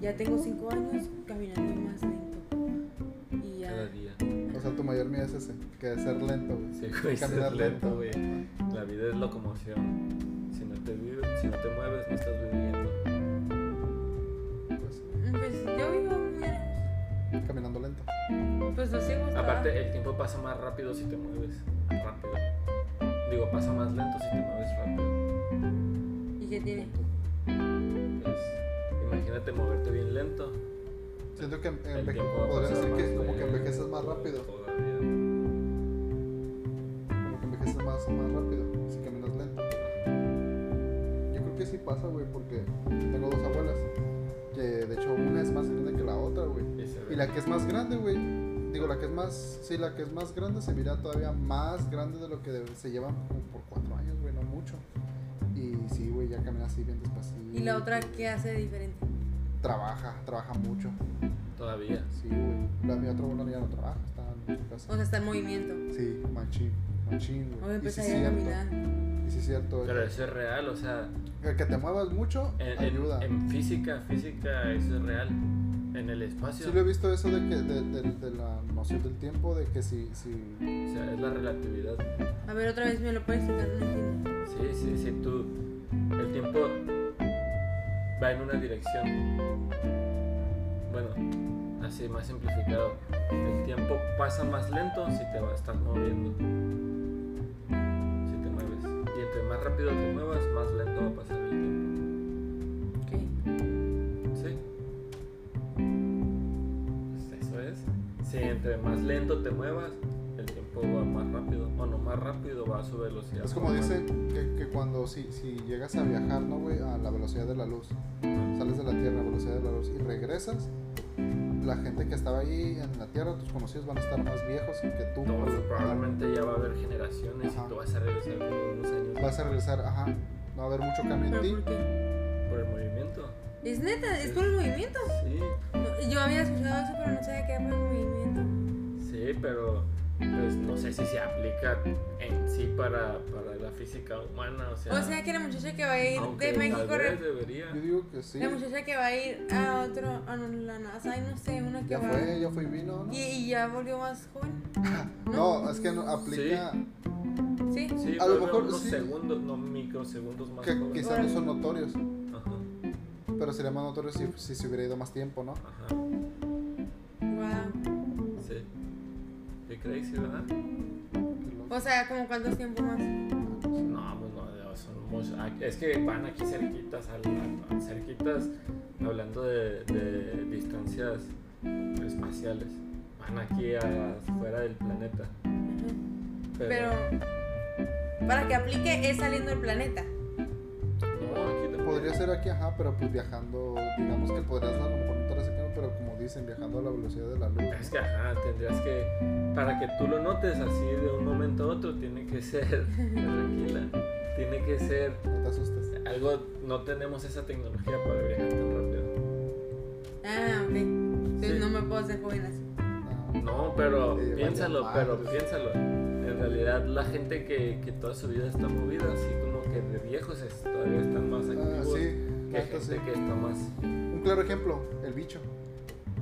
ya tengo cinco años caminando más lento. Y Cada ya. día. O sea, tu mayor miedo es ese, que es ser lento, güey. Sí, güey, ser Caminar Pues, lento, lento. güey. La vida es locomoción. Si no te vives, si no te mueves, no estás viviendo. Pues, Pues yo vivo muy lejos. caminando lento. Pues lo sigo hasta- Ah. Aparte, el tiempo pasa más rápido si te mueves rápido. Digo, pasa más lento si te mueves rápido. ¿Y qué tiene? Pues, imagínate moverte bien lento. Siento que en- en El México tiempo va a podría pasar decir más que como que lento envejeces más rápido. Todavía. como que envejeces más, más rápido si caminas lento. Yo creo que sí pasa, güey, porque tengo dos abuelas. Que de hecho una es más grande que la otra, güey. Y se ve. Y la que es más grande, güey. Digo, la que es más. Sí, la que es más grande se mira todavía más grande de lo que debe- se llevan como por cuatro años, güey, no mucho. Y sí, güey, ya camina así bien despacito. ¿Y la otra qué hace de diferente? Trabaja, trabaja mucho. Todavía. Sí, güey. La mi otra abuela ya no trabaja, está en su O casa. sea, está en movimiento. Sí, machín, machín, Voy a güey. Y sí, empezar a cierto. caminar. Y sí es cierto, eh, Pero eso es real, o sea, el que te muevas mucho en, en- ayuda. en física, física eso es real. En el espacio, Sí lo he visto eso de que de, de- de la noción del tiempo, de que si, si o sea, es la relatividad. A ver, otra vez me lo puedes sacar, no entiendo. Sí, sí, sí, tú. El tiempo va en una dirección. Bueno, así más simplificado. El tiempo pasa más lento si te va- estás moviendo. Si te mueves. Y entre más rápido te muevas, más lento va a pasar el tiempo. Ok. ¿Sí? Pues eso es. Si entre más lento te muevas, el tiempo va más rápido. Bueno, más rápido va a su velocidad. es como normal. dicen que, que cuando si, si llegas a viajar, ¿no, güey? A la velocidad de la luz, sales de la Tierra a la velocidad de la luz y regresas, la gente que estaba ahí en la Tierra, tus conocidos van a estar más viejos que tú. No, pues, probablemente ya va a haber generaciones Ajá. y tú vas a regresar con unos años Vas a regresar, ajá, va a haber mucho cambio en ¿Pero ti. por qué? por el movimiento. Es neta, es por el movimiento. Sí, No, Yo había escuchado eso, pero no sabía que era por el movimiento. sí, pero pues no sé si se aplica en sí para, para la física humana, o sea, O sea que la muchacha que va a ir aunque de México. tal vez re- debería. Yo digo que sí. La muchacha que va a ir a otro. a no- la NASA, ay, no sé, una que Ya va. fue, ya fue y vino, ¿no? Y, y ya volvió más joven. No, es que no aplica Sí. Sí, a lo vuelve mejor unos sí. segundos, no microsegundos más que jóvenes. quizás no son notorios, Ajá, pero sería más notorio si, si se hubiera ido más tiempo, ¿no? ajá, Wow. sí. ¿Qué crees, verdad? O sea, como cuánto tiempo más. No, pues no, no, son muchos. ah, Es que van aquí cerquitas, al- al- cerquitas, hablando de, de distancias espaciales. Van aquí a- afuera del planeta. Ajá. Pero, Pero para que aplique es saliendo del planeta. no, aquí también. Podría ser aquí, ajá, pero pues viajando, digamos que podrías a lo mejor notar ese cambio, pero como dicen, viajando a la velocidad de la luz. Es que, ajá, tendrías que, para que tú lo notes así de un momento a otro, tiene que ser, tranquila, tiene que ser No te asustes. algo, no tenemos esa tecnología para viajar tan rápido. Ah, ok. Entonces Sí. no me puedo hacer joven así. No. No, pero Eh, vaya piénsalo, pero madres. piénsalo. En realidad la gente que, que toda su vida está movida, así como que de viejos es- todavía están más Ah, activos sí, que neta, gente sí. que está más Un claro ejemplo, el bicho.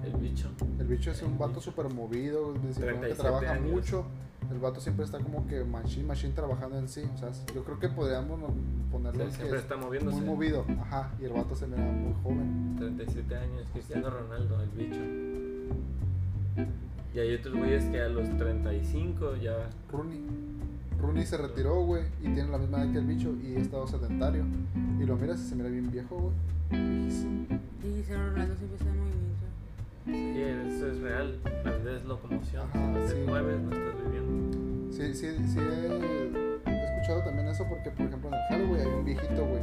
el bicho. El bicho es un vato súper movido, disciplinado, que 37 trabaja años. mucho. El vato siempre está como que machine, machine trabajando en sí. O sea, yo creo que podríamos no- O ponerle sea, que siempre es está muy moviéndose. movido. Ajá, y el vato se mira muy joven. 37 años, Cristiano Ronaldo, el bicho. Y hay otros güeyes que a los 35 ya... Rooney. Rooney se retiró, güey, y tiene la misma edad que el bicho y ha estado sedentario. Y lo miras y se mira bien viejo, güey. Viejísimo. Y Cristiano Ronaldo siempre está en movimiento. Sí, eso es real. La vida es locomoción. Si Ajá, no sí. te mueves, no estás viviendo. Sí, sí, sí he, he escuchado también eso porque, por ejemplo, en el Halo, güey, hay un viejito, güey.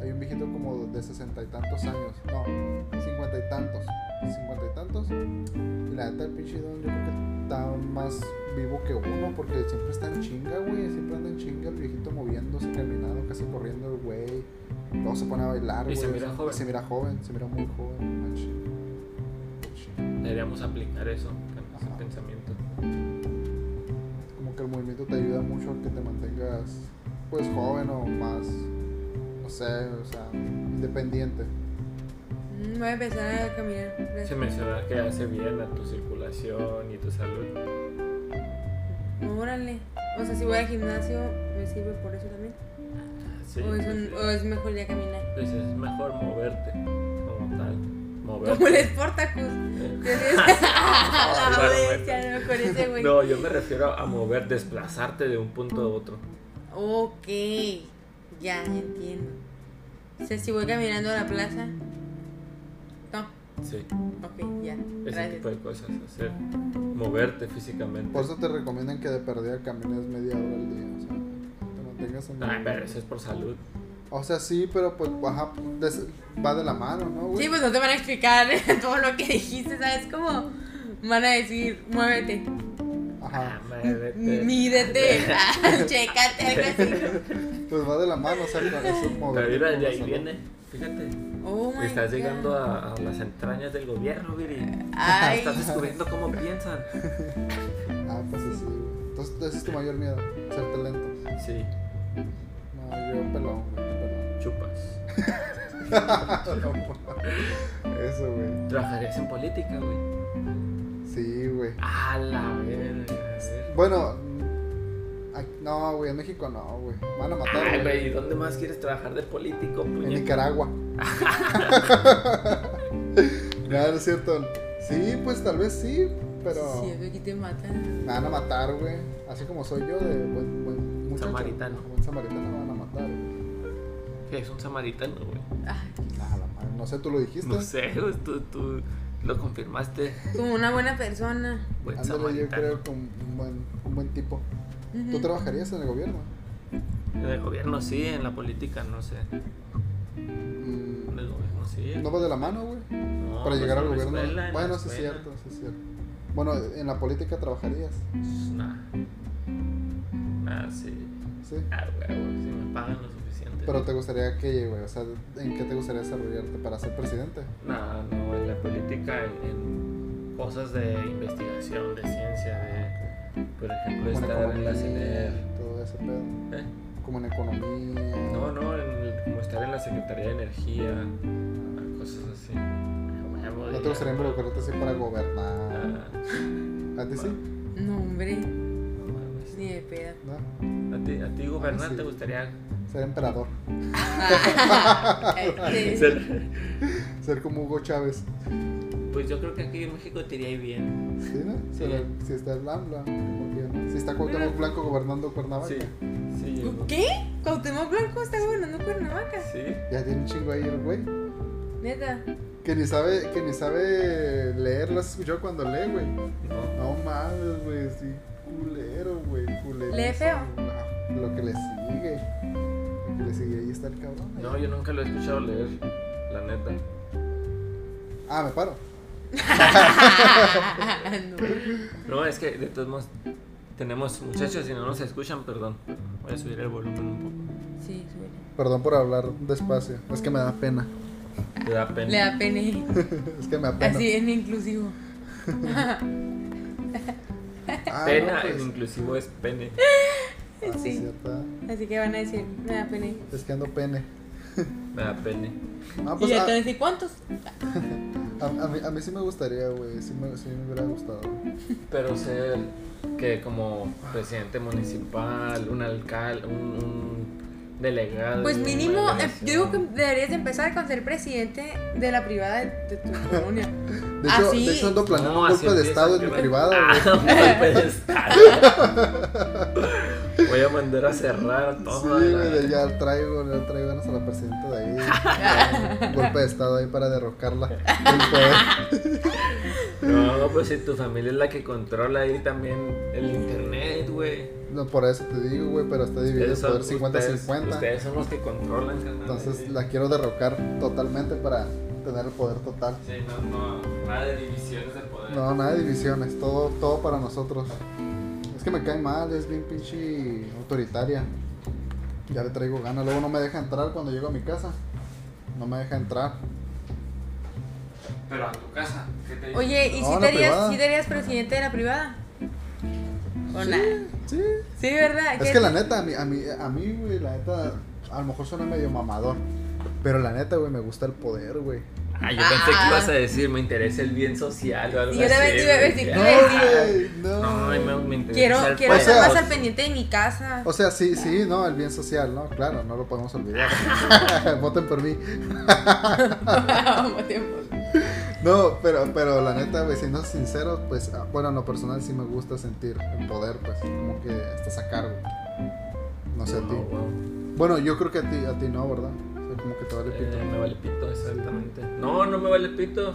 Hay un viejito como de sesenta y tantos años. No, cincuenta y tantos. Cincuenta y tantos. Y la neta, el pinche don, yo creo que está más vivo que uno porque siempre está en chinga, güey. Siempre anda en chinga el viejito moviéndose, caminando, casi corriendo el güey. Luego se pone a bailar, Y güey. se mira joven. se mira joven, se mira muy joven. machín. Machín. Deberíamos aplicar eso, cambiar ese Ajá. pensamiento. como que el movimiento te ayuda mucho a que te mantengas pues joven o más no sé o sea independiente Mm, Voy a empezar a caminar. Gracias. Se menciona que hace bien a tu circulación y tu salud. Órale. O sea, si voy al gimnasio, ¿me sirve por eso también? Sí, o, es pues, un- o es mejor ya caminar? pues es mejor moverte como tal. Como el Moverte. Sportacus. Eh, Ah, la Claro, bestia, no, con ese güey. No, yo me refiero a mover, desplazarte de un punto a otro. Ok, ya entiendo. O sea, si voy caminando a la plaza. No, Sí, ok, ya. ese tipo Gracias. de cosas. Hacer, moverte físicamente. por eso te recomiendan que de perdida camines media hora al día o sea te mantengas en Ah, pero eso es por salud. o sea sí pero pues ajá, des- va de la mano no güey Sí, pues no te van a explicar todo lo que dijiste, ¿sabes? Como van a decir, muévete, Ah, ajá muévete. mídete, checate, algo así. pues va de la mano o sea con eso Pero moverte mira, con de la ahí salud. viene. Fíjate, Oh my estás God. llegando a, a las entrañas del gobierno, Viri. Ay. Estás descubriendo cómo piensan. ah pues sí, sí güey. entonces ese es tu mayor miedo serte lento Sí. yo un pelón, güey, un pelón. Chupas. Eso, güey. ¿Trabajarías en política, güey? Sí, güey. A la verga. Bueno, ay, no, güey, en México no, güey. Van a Ay, matar, güey. güey, ¿y ¿dónde más quieres trabajar de político, En puñet? Nicaragua. no, no es cierto. Sí, pues tal vez sí, pero Sí, es que aquí te matan. me van a matar, güey. Así como soy yo, de buen, buen muchacho. Samaritano. Buen samaritano me van a matar, güey. Es un samaritano, güey. Ay, Ah, la madre, No sé, tú lo dijiste. No sé, güey, tú, tú lo confirmaste. como una buena persona. Buen Ándale, yo samaritano. creo que un buen, un buen tipo. ¿Tú Ujú. trabajarías en el gobierno? En el gobierno sí, en la política no sé. En Mm, el gobierno sí. no vas de la mano, güey. No, para pues, llegar al en la gobierno. escuela, en la bueno, sí es escuela. cierto, sí es cierto. Bueno, en la política trabajarías, Nah. Nah, sí. sí. Ah, huevo, si me pagan lo suficiente. Pero te gustaría que, güey, o sea, ¿en qué te gustaría desarrollarte para ser presidente? Nah, no, en la política, en, en cosas de investigación, de ciencia, de. Por ejemplo, Como en Pues, estar en la E. CNR. y todo ese pedo. ¿Eh? Como en economía. No, no, en el- como estar en la Secretaría de Energía, ah, cosas así. Ah, huevo, ¿No te ya. gustaría involucrarte así para gobernar? Ah, ¿A ti sí? No, hombre, no mames. ni de peda. ¿No? ¿A ti, a ti gobernar sí. te gustaría Ser emperador. Este, ser? Ser como Hugo Chávez. Pues yo creo que aquí en México te iría bien. ¿Sí, no? Sí. Será- Si está el AMLA, ¿por qué no? Si está Cuauhtémoc Blanco gobernando Cuernavaca. Sí, sí, yo- ¿Qué? Cuauhtémoc Blanco está gobernando Cuernavaca. sí. Ya tiene un chingo ahí el güey. Neta. Que ni sabe, que ni sabe leer, lo has escuchado cuando lee, güey. No, No mames, güey, sí, culero, güey, culero. ¿Lee feo? No, lo que le sigue. Lo que le sigue, ahí está el cabrón. no, yo nunca lo he escuchado leer, la neta. Ah, me paro. no. No, es que de todos modos tenemos muchachos, si no nos escuchan, perdón. Voy a subir el volumen un Sí, suena. Perdón por hablar despacio, es que me da pena. poco. Te da pena. Le da pene. Es que me da pena. Así en inclusivo. Ah, Pena, no, pues, en inclusivo es pene. ah, sí, Sí. cierta. Así que van a decir, me da pene. Es que ando pene. Me da pene. No, Y pues ya a, te van a decir, ¿cuántos? a- a mí, a mí sí me gustaría, güey, sí me, sí me hubiera gustado. Pero ser que como presidente municipal, un alcalde, un, un delegado. Pues una mínimo, eh, delegación. yo digo que deberías empezar con ser presidente de la privada de, de tu colonia. De hecho, Así. de hecho ando planeando No, un así golpe de empieza, estado en que mi va- privada, Ah, güey. un golpe de estado. Voy a mandar a cerrar Sí, todo. la- güey, ya traigo, ya traigo a la presidenta de ahí. Un golpe de estado ahí para derrocarla. del poder. No, Mm. pues si tu familia es la que controla ahí también el internet, güey. No, por eso te digo, güey, pero está dividido el son- poder ustedes- 50-50. Ustedes son los que controlan, carnal. Entonces la quiero derrocar totalmente para tener el poder total. Sí, no, no, nada de divisiones de poder. No, nada de divisiones, todo, todo para nosotros. Es que me cae mal, es bien pinche autoritaria. Ya le traigo ganas, luego no me deja entrar cuando llego a mi casa. No me deja entrar. Pero a tu casa, ¿qué te dice? Oye, ¿y No, si, la te harías, privada. si te harías presidente de la privada? ¿O Sí, nada? Sí, Sí, ¿verdad? Es ¿Qué- que la neta, a mí, a mí, a mí, güey, la neta, a lo mejor suena medio mamador. Pero la neta, güey, me gusta el poder, güey. Ah, yo pensé que Ah. ibas a decir, me interesa el bien social o algo Y así. yo también te iba a güey. decir, Ya. No, Ay, güey, No, no. ay, me, me interesa Quiero, el pues, quiero O estar sea- más al pendiente de mi casa. O sea, sí, sí, no, el bien social, ¿no? Claro, no lo podemos olvidar. Voten por mí. Vamos, tiempo. No, pero, pero la neta, güey, siendo sincero, pues, ah, bueno, en lo personal sí me gusta sentir el poder, pues, como que estás a cargo. No sé a ti. No, wow. Bueno, yo creo que a ti, a ti no, ¿verdad? O sea, como que te vale pito. Eh, me vale pito, exactamente. No, no me vale pito,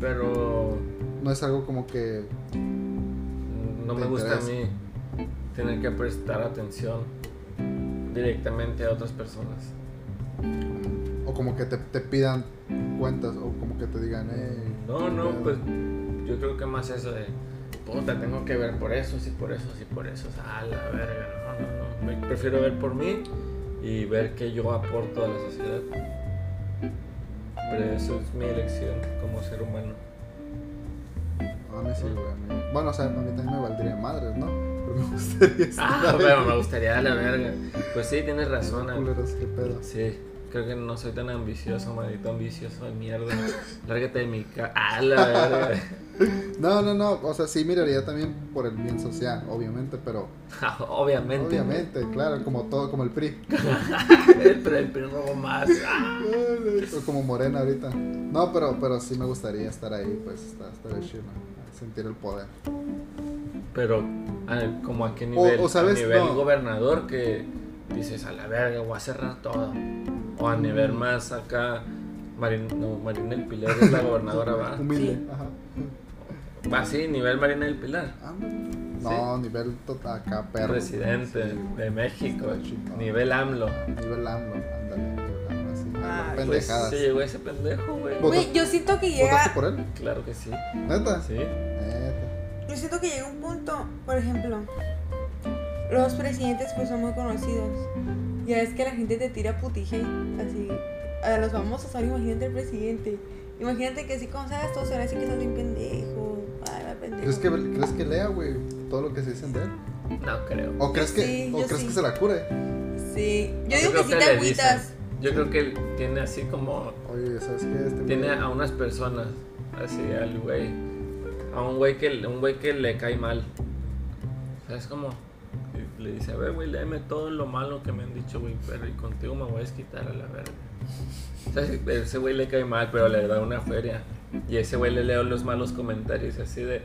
pero No es algo como que Mm, no ¿Te me gusta a interesa? mí tener que prestar atención directamente a otras personas. O como que te, te pidan cuentas, o como que te digan, eh. No, no, pedo". pues yo creo que más eso de, puta, tengo que ver por eso, sí, por eso, sí, por eso, a la verga, no, no, no, Me- prefiero ver por mí y ver qué yo aporto a la sociedad. Pero eso es mi elección como ser humano. Ok. A mí sí, güey. a mí- Bueno, o sea, a mí también me valdría madres, ¿no? Pero me gustaría Ah, estar pero me gustaría la verga. Pues sí, tienes razón. Ana. ahí, culeros, qué pedo. Sí, creo que no soy tan ambicioso, maldito ambicioso de mierda. Lárgate de mi casa. Ah, la verga. No, no, no. O sea, sí miraría también por el bien social, obviamente, pero. Ja, Obviamente. Obviamente, claro, como todo, como el PRI. Pero el primer robo más. Ah. O como Morena ahorita. No, pero, pero sí me gustaría estar ahí, pues, estar, estar chido. Sentir el poder. Pero, a ver, como a qué nivel. o sabes, a nivel no. gobernador que dices a la verga, voy a cerrar todo. O a nivel Mm. más acá. Marin- no, Marina del Pilar es la gobernadora, va. Humilde. Sí. Ajá. Va, sí, nivel Marina del Pilar. Ah, No, nivel total, acá, perro. Presidente Sí, güey. de México, Está chingón. nivel AMLO. Nivel AMLO, ándale, nivel AMLO, así. Ah, por pues, Pues pendejadas. Pues, se llegó ese pendejo, güey. Vota- Güey, yo siento que ¿Votaste llega. por él? Claro que sí. ¿Neta? Sí. Neta. Yo siento que llega un punto, por ejemplo, los presidentes pues son muy conocidos. Ya es que la gente te tira putije, así. A los famosos, ahora imagínate el presidente. Imagínate que así cuando sabes todo, se van a decir que estás bien pendejo. Ay, va pendejo. ¿Crees que, ¿Crees que lea, güey, todo lo que se dicen de él? No creo. ¿O crees que, sí, o yo crees sí. que se la cure? Sí. Yo Yo digo que creo sí que te le agüitas. Yo creo que él tiene así como. Oye, ¿sabes qué? Este Tiene güey- a unas personas. Así al güey. A un güey que, un güey que le cae mal. ¿Sabes cómo? Y Le dice, a ver, güey, léeme todo lo malo que me han dicho, güey, pero y contigo me voy a desquitar a la verga. ¿Sabes? Ese güey le cae mal, pero le da una feria. Y ese güey le leo los malos comentarios así de,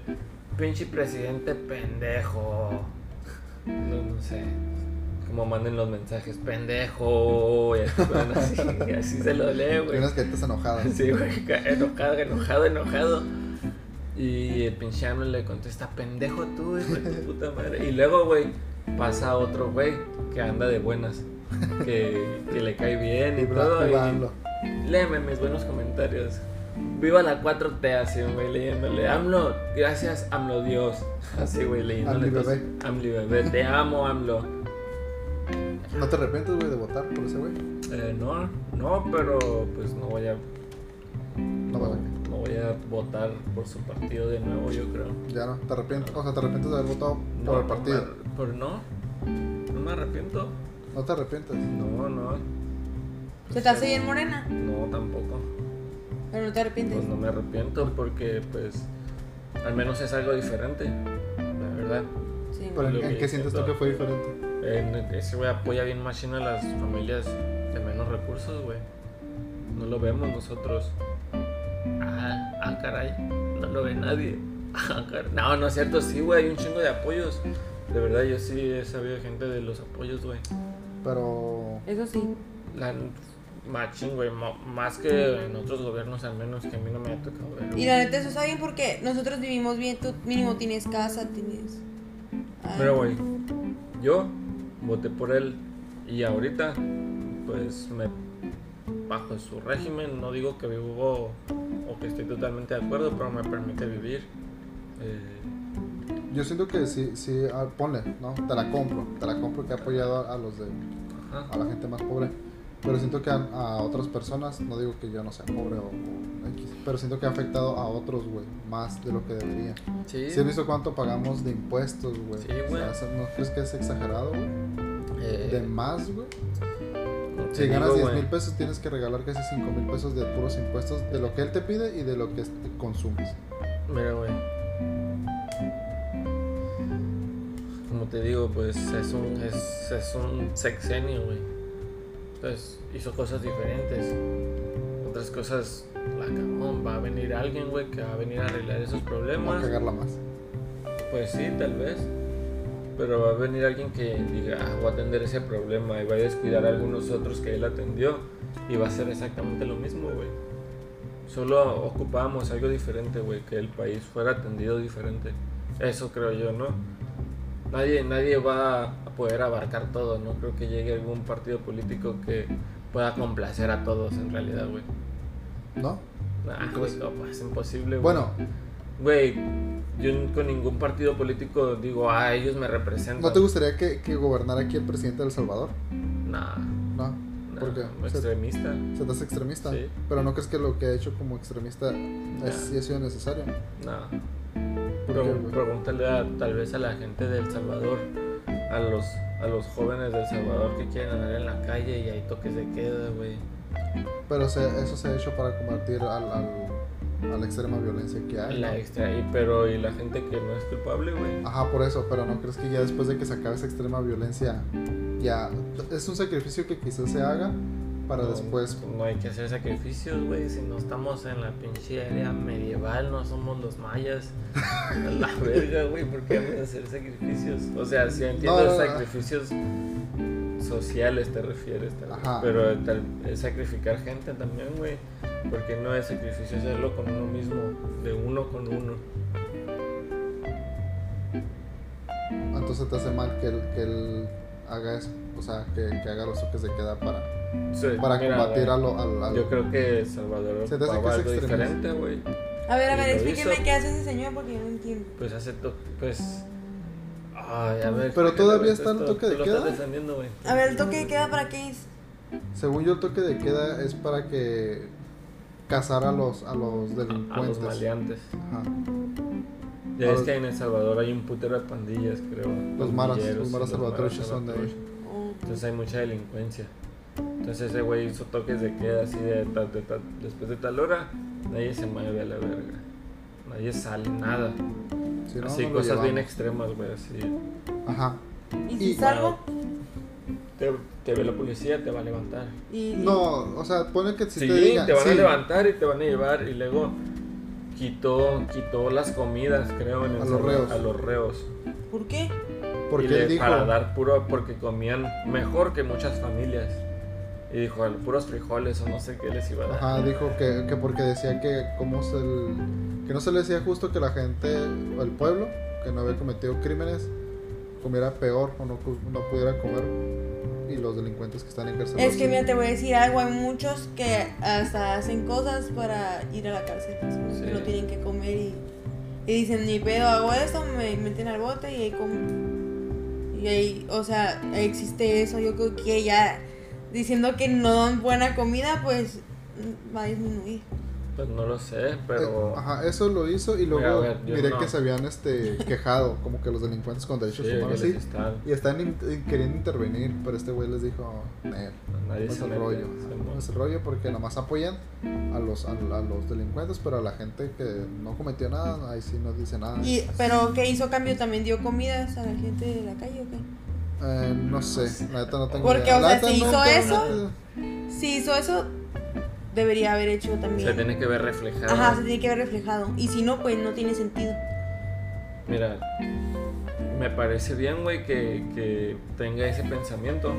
pinche presidente pendejo. No, no sé. Como manden los mensajes, pendejo. Y así, bueno, así, y así se lo lee, Tiene güey. unas galletas enojadas. Sí, güey, ca- enojado, enojado, enojado. Y el pinche AMLO le contesta, pendejo tú, hijo de tu puta madre. Y luego, güey, pasa otro güey que anda de buenas, que, que le cae bien y Viva- todo. viva y- AMLO. Léeme mis buenos comentarios. Viva la 4T, así, güey, leyéndole. AMLO, gracias, AMLO Dios. Así, güey, leyéndole. Amli todos, bebé. Amli bebé, te amo, AMLO. ¿No te arrepientes, güey, de votar por ese güey? Eh, no, no, pero pues no voy a No, güey. No voy a votar por su partido de nuevo, yo creo. Ya no, te arrepientes. O sea, te arrepientes de haber votado por el partido. No, me- por no. No me arrepiento. No te arrepientes. No, no. Se te hace bien morena, No, tampoco. pero no te arrepientes. Pues no me arrepiento porque, pues, al menos es algo diferente. La verdad. Sí. Pero ¿en, Lo en que qué sientes tú siento. que fue diferente? En- ese güey apoya bien machino a las familias de menos recursos, güey. No lo vemos nosotros. Ah, ah, caray. No lo ve nadie. Ah, car- No, no es cierto, sí, güey. Hay un chingo de apoyos. De verdad, yo sí he sabido gente de los apoyos, güey. Pero. Eso sí. La machín, güey. mo- Más que en otros gobiernos, al menos que a mí no me ha tocado ver. güey. Y la neta, eso está bien porque nosotros vivimos bien. Tú mínimo tienes casa, tienes. Ay, Pero, güey, yo voté por él y ahorita, pues, me bajo su régimen. No digo que vivo o que estoy totalmente de acuerdo, pero me permite vivir. Eh, Yo siento que sí, sí, ah, ponle, ¿no? Te la compro, te la compro que ha apoyado a, a los de, ajá. a la gente más pobre. Pero siento que a, a otras personas, no digo que yo no sea pobre o, o X, pero siento que ha afectado a otros, güey, más de lo que debería. Sí, ¿Sí has visto cuánto pagamos de impuestos, güey? Sí, O güey. sea, ¿No crees que es exagerado, güey? eh, De más, güey. te Si ganas digo, 10 güey, mil pesos, tienes que regalar casi 5 mil pesos de puros impuestos, de lo que él te pide y de lo que este- consumes. Mira, güey. Como te digo, pues es un, es, es un sexenio, güey. Entonces hizo cosas diferentes. Otras cosas, la cagó. Va a venir alguien, güey, que va a venir a arreglar esos Para problemas. cagarla más. Pues sí, tal vez. Pero va a venir alguien que diga, ah, voy a atender ese problema y va a descuidar a algunos otros que él atendió y va a ser exactamente lo mismo, güey. Solo ocupábamos algo diferente, güey, que el país fuera atendido diferente. Eso creo yo, ¿no? Nadie, nadie va a poder abarcar todo, no creo que llegue algún partido político que pueda complacer a todos en realidad, güey. ¿No? Ah, güey, no, pues, es imposible, güey. Bueno, Güey, yo n- con ningún partido político digo, ah, ellos me representan. ¿no te gustaría que, que gobernara aquí el presidente de El Salvador? Nah, No, nah, porque este, se, extremista. se te hace extremista. Sí. Pero no crees que lo que ha hecho como extremista es, sí ha sido necesario. Nah. ¿Por qué, güey? pregúntale a- tal vez a la gente del Salvador, a los, a los jóvenes del Salvador que quieren andar en la calle y hay toques de queda, güey. Pero se- eso se ha hecho para combatir al, al- a la extrema violencia que hay. La ¿no? extra, y, pero y la gente que no es culpable, güey. Ajá, por eso, pero ¿no crees que ya después de que se acabe esa extrema violencia, ya es un sacrificio que quizás se haga para No, pues, después? No hay que hacer sacrificios, güey. Si no estamos en la pinche área medieval, no somos los mayas. A la verga, güey. ¿Por qué vamos a hacer sacrificios? O sea, si entiendo No, no, no. sacrificios sociales, te refieres. tal vez, Ajá. Pero tal- es sacrificar gente también, güey. Porque no es sacrificio hacerlo con uno mismo, de uno con uno. Entonces te hace mal que él, que él haga eso, o sea, que, que haga los toques de queda para, Sí, para mira, combatir güey, a lo, al- al- Yo creo que Salvador Se te hace que ocupaba es algo extremista. diferente, güey. A ver, a ver, Y lo explíqueme hizo. qué hace ese señor porque yo no entiendo. Pues hace to pues ay, a ver. Pero explícale, todavía güey, está el esto- toque tú de lo queda. estás defendiendo, güey. A ver, ¿el toque de queda para qué es? Según yo el toque de queda es para que cazar a los a los A los delincuentes. maleantes. Ajá. Ya A es los- que en El Salvador hay un putero de pandillas, creo. Los maras, pandilleros, los maras y salvatruchos son de salvatruchos. ahí. Oh. Entonces hay mucha delincuencia. Entonces ese güey hizo toques de queda así de, ta- de ta- después de tal hora, nadie se mueve a la verga. Nadie sale, nada. Si no, así no lo cosas bien llevamos. extremas, güey, así. Ajá. ¿Y si Y- salgo? Te, te ve la policía, te va a levantar. Y, y- No, o sea, pone que si Sí, te digan. te van a sí, levantar y te van a llevar y luego quitó quitó las comidas, creo, en el A los Salvador- reos. a los reos. ¿Por qué? Y Porque le- él dijo. para dar puro porque comían mejor que muchas familias. Y dijo, "Al- puros frijoles o no sé qué les iba a dar. Ajá, dijo que, que porque decía que como se l- que no se le decía justo que la gente o el pueblo que no había cometido crímenes comiera peor o no, cu- no pudiera comer y los delincuentes que están encarcelados. Es que mira, te voy a decir algo, hay muchos que hasta hacen cosas para ir a la cárcel, pues, como Sí. que no tienen que comer y, y dicen, ni pedo, hago esto, me meten al bote y ahí como... Y ahí, o sea, existe eso, yo creo que ya diciendo que no dan buena comida, pues va a disminuir. Pues no lo sé, pero Eh, ajá, eso lo hizo y luego Mira, a ver, yo miré no. que se habían este quejado como que los delincuentes con sí, derechos que humanos les sí, están- y están in- eh, queriendo intervenir, pero este güey les dijo, "Nel, nadie no es se Pues el mete, rollo, se ajá, mueve. no es el rollo porque nomás apoyan a los, a, a los delincuentes, pero a la gente que no cometió nada, ahí sí no dice nada. Y, pero ¿qué hizo cambio? ¿También dio comidas a la gente de la calle o qué? Eh, no sé, la neta no tengo Porque, idea. o La sea, neta si hizo nunca- eso- Si hizo eso, debería haber hecho también. Se tiene que ver reflejado. Ajá, se tiene que ver reflejado. Y si no, pues no tiene sentido. Mira, me parece bien, güey, que, que tenga ese pensamiento,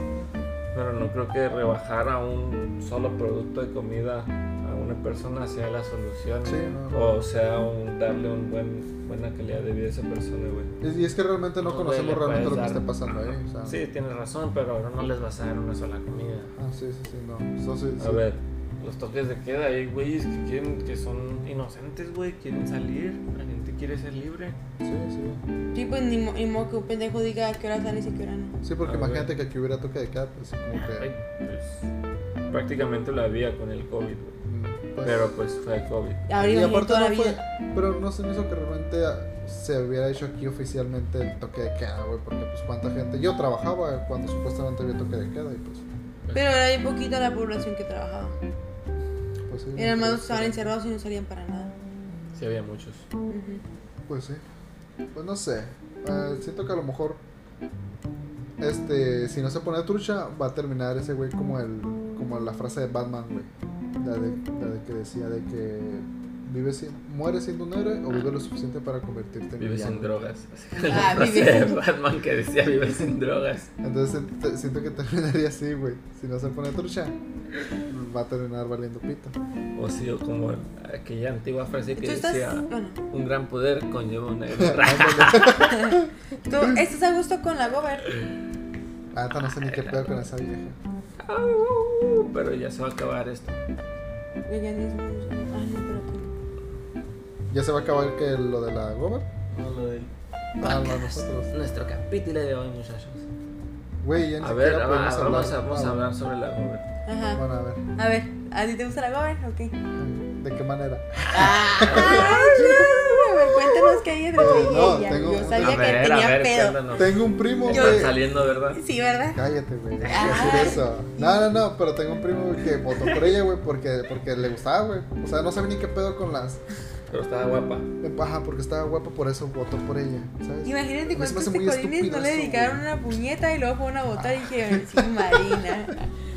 pero no creo que rebajar a un solo producto de comida a una persona sea la solución. Sí, no. O sea, un- darle una buena calidad de vida a esa persona, güey. Y- Y es que realmente no No, güey, conocemos le realmente lo que puedes está dar- pasando ahí. o sea. Sí, tienes razón, pero ahora no les vas a dar una sola comida. Ah, sí, sí, sí, no. Eso sí, A sí. ver, los toques de queda, hay güeyes que, quieren- que son inocentes, güey, quieren salir, la gente quiere ser libre. Sí, sí. Sí, pues ni, mo- ni modo que un pendejo diga a qué hora sales y a qué hora no. Sí, porque A ver. imagínate que aquí hubiera toque de queda, pues como Ay, que. pues, prácticamente lo había con el COVID, güey. mm, pues- Pero pues fue COVID. Ahora y imagínate aparte toda no la fue. vida. Pero no se me hizo que realmente ah, se hubiera hecho aquí oficialmente el toque de queda, güey. Porque, pues, cuánta gente. Yo trabajaba cuando supuestamente había toque de queda y pues. Pero era bien poquita la población que trabajaba. Pues sí. no creo Eran más los que estaban que- encerrados y no salían para nada. Sí había muchos. Ujú. Pues sí. Pues no sé. Eh, siento que a lo mejor. Este. Si no se pone trucha, va a terminar ese güey como el. Como la frase de Batman, güey. La de, la de que decía de que. Vive sin, mueres siendo un héroe o vive lo suficiente para convertirte en Vive sin villano. drogas. Ah, La frase vive de sin- Batman que decía vive sin drogas. Entonces te- siento que terminaría así, güey. Si no se pone trucha, va a terminar valiendo pito. O sí, o como aquella antigua frase que Tú estás. decía Bueno, un gran poder conlleva una gran tú Mm. estás a gusto con la Gober. Ah, no sé ni qué pedo con esa vieja. Au, Pero ya se va a acabar esto. Veganismo. Ay, no, pero que- Ya se va a acabar que lo de la gober. No, lo del- Ah, no, nosotros. Nuestro capítulo de hoy, muchachos. Güey, ya ni A ver, siquiera ah, podemos vamos, a, hablar. vamos a Ah, hablar sobre la Uber. Ajá. Bueno, a ver. A ver, ¿a ti te gusta la Gober? Ok. ¿De qué manera? Ah, no, a ver, cuéntanos qué hay detrás de No, ella. tengo Yo un- sabía A que tenía pedo. cuéntanos. Tengo un primo, Están güey. saliendo, ¿verdad? Sí, ¿verdad? Cállate, güey. No Ah. puedo decir eso. No, no, no, pero tengo un primo güey, que votó por ella, güey, porque, porque le gustaba, güey. O sea, no sabe ni qué pedo con las. Pero estaba guapa. Ajá, porque estaba guapa, por eso votó por ella, ¿sabes? A mí Imagínate se me hace cuántos muy picolines estúpido no le eso, dedicaron güey. Ah. una puñeta y luego fueron a votar y dijeron, sí, Marina.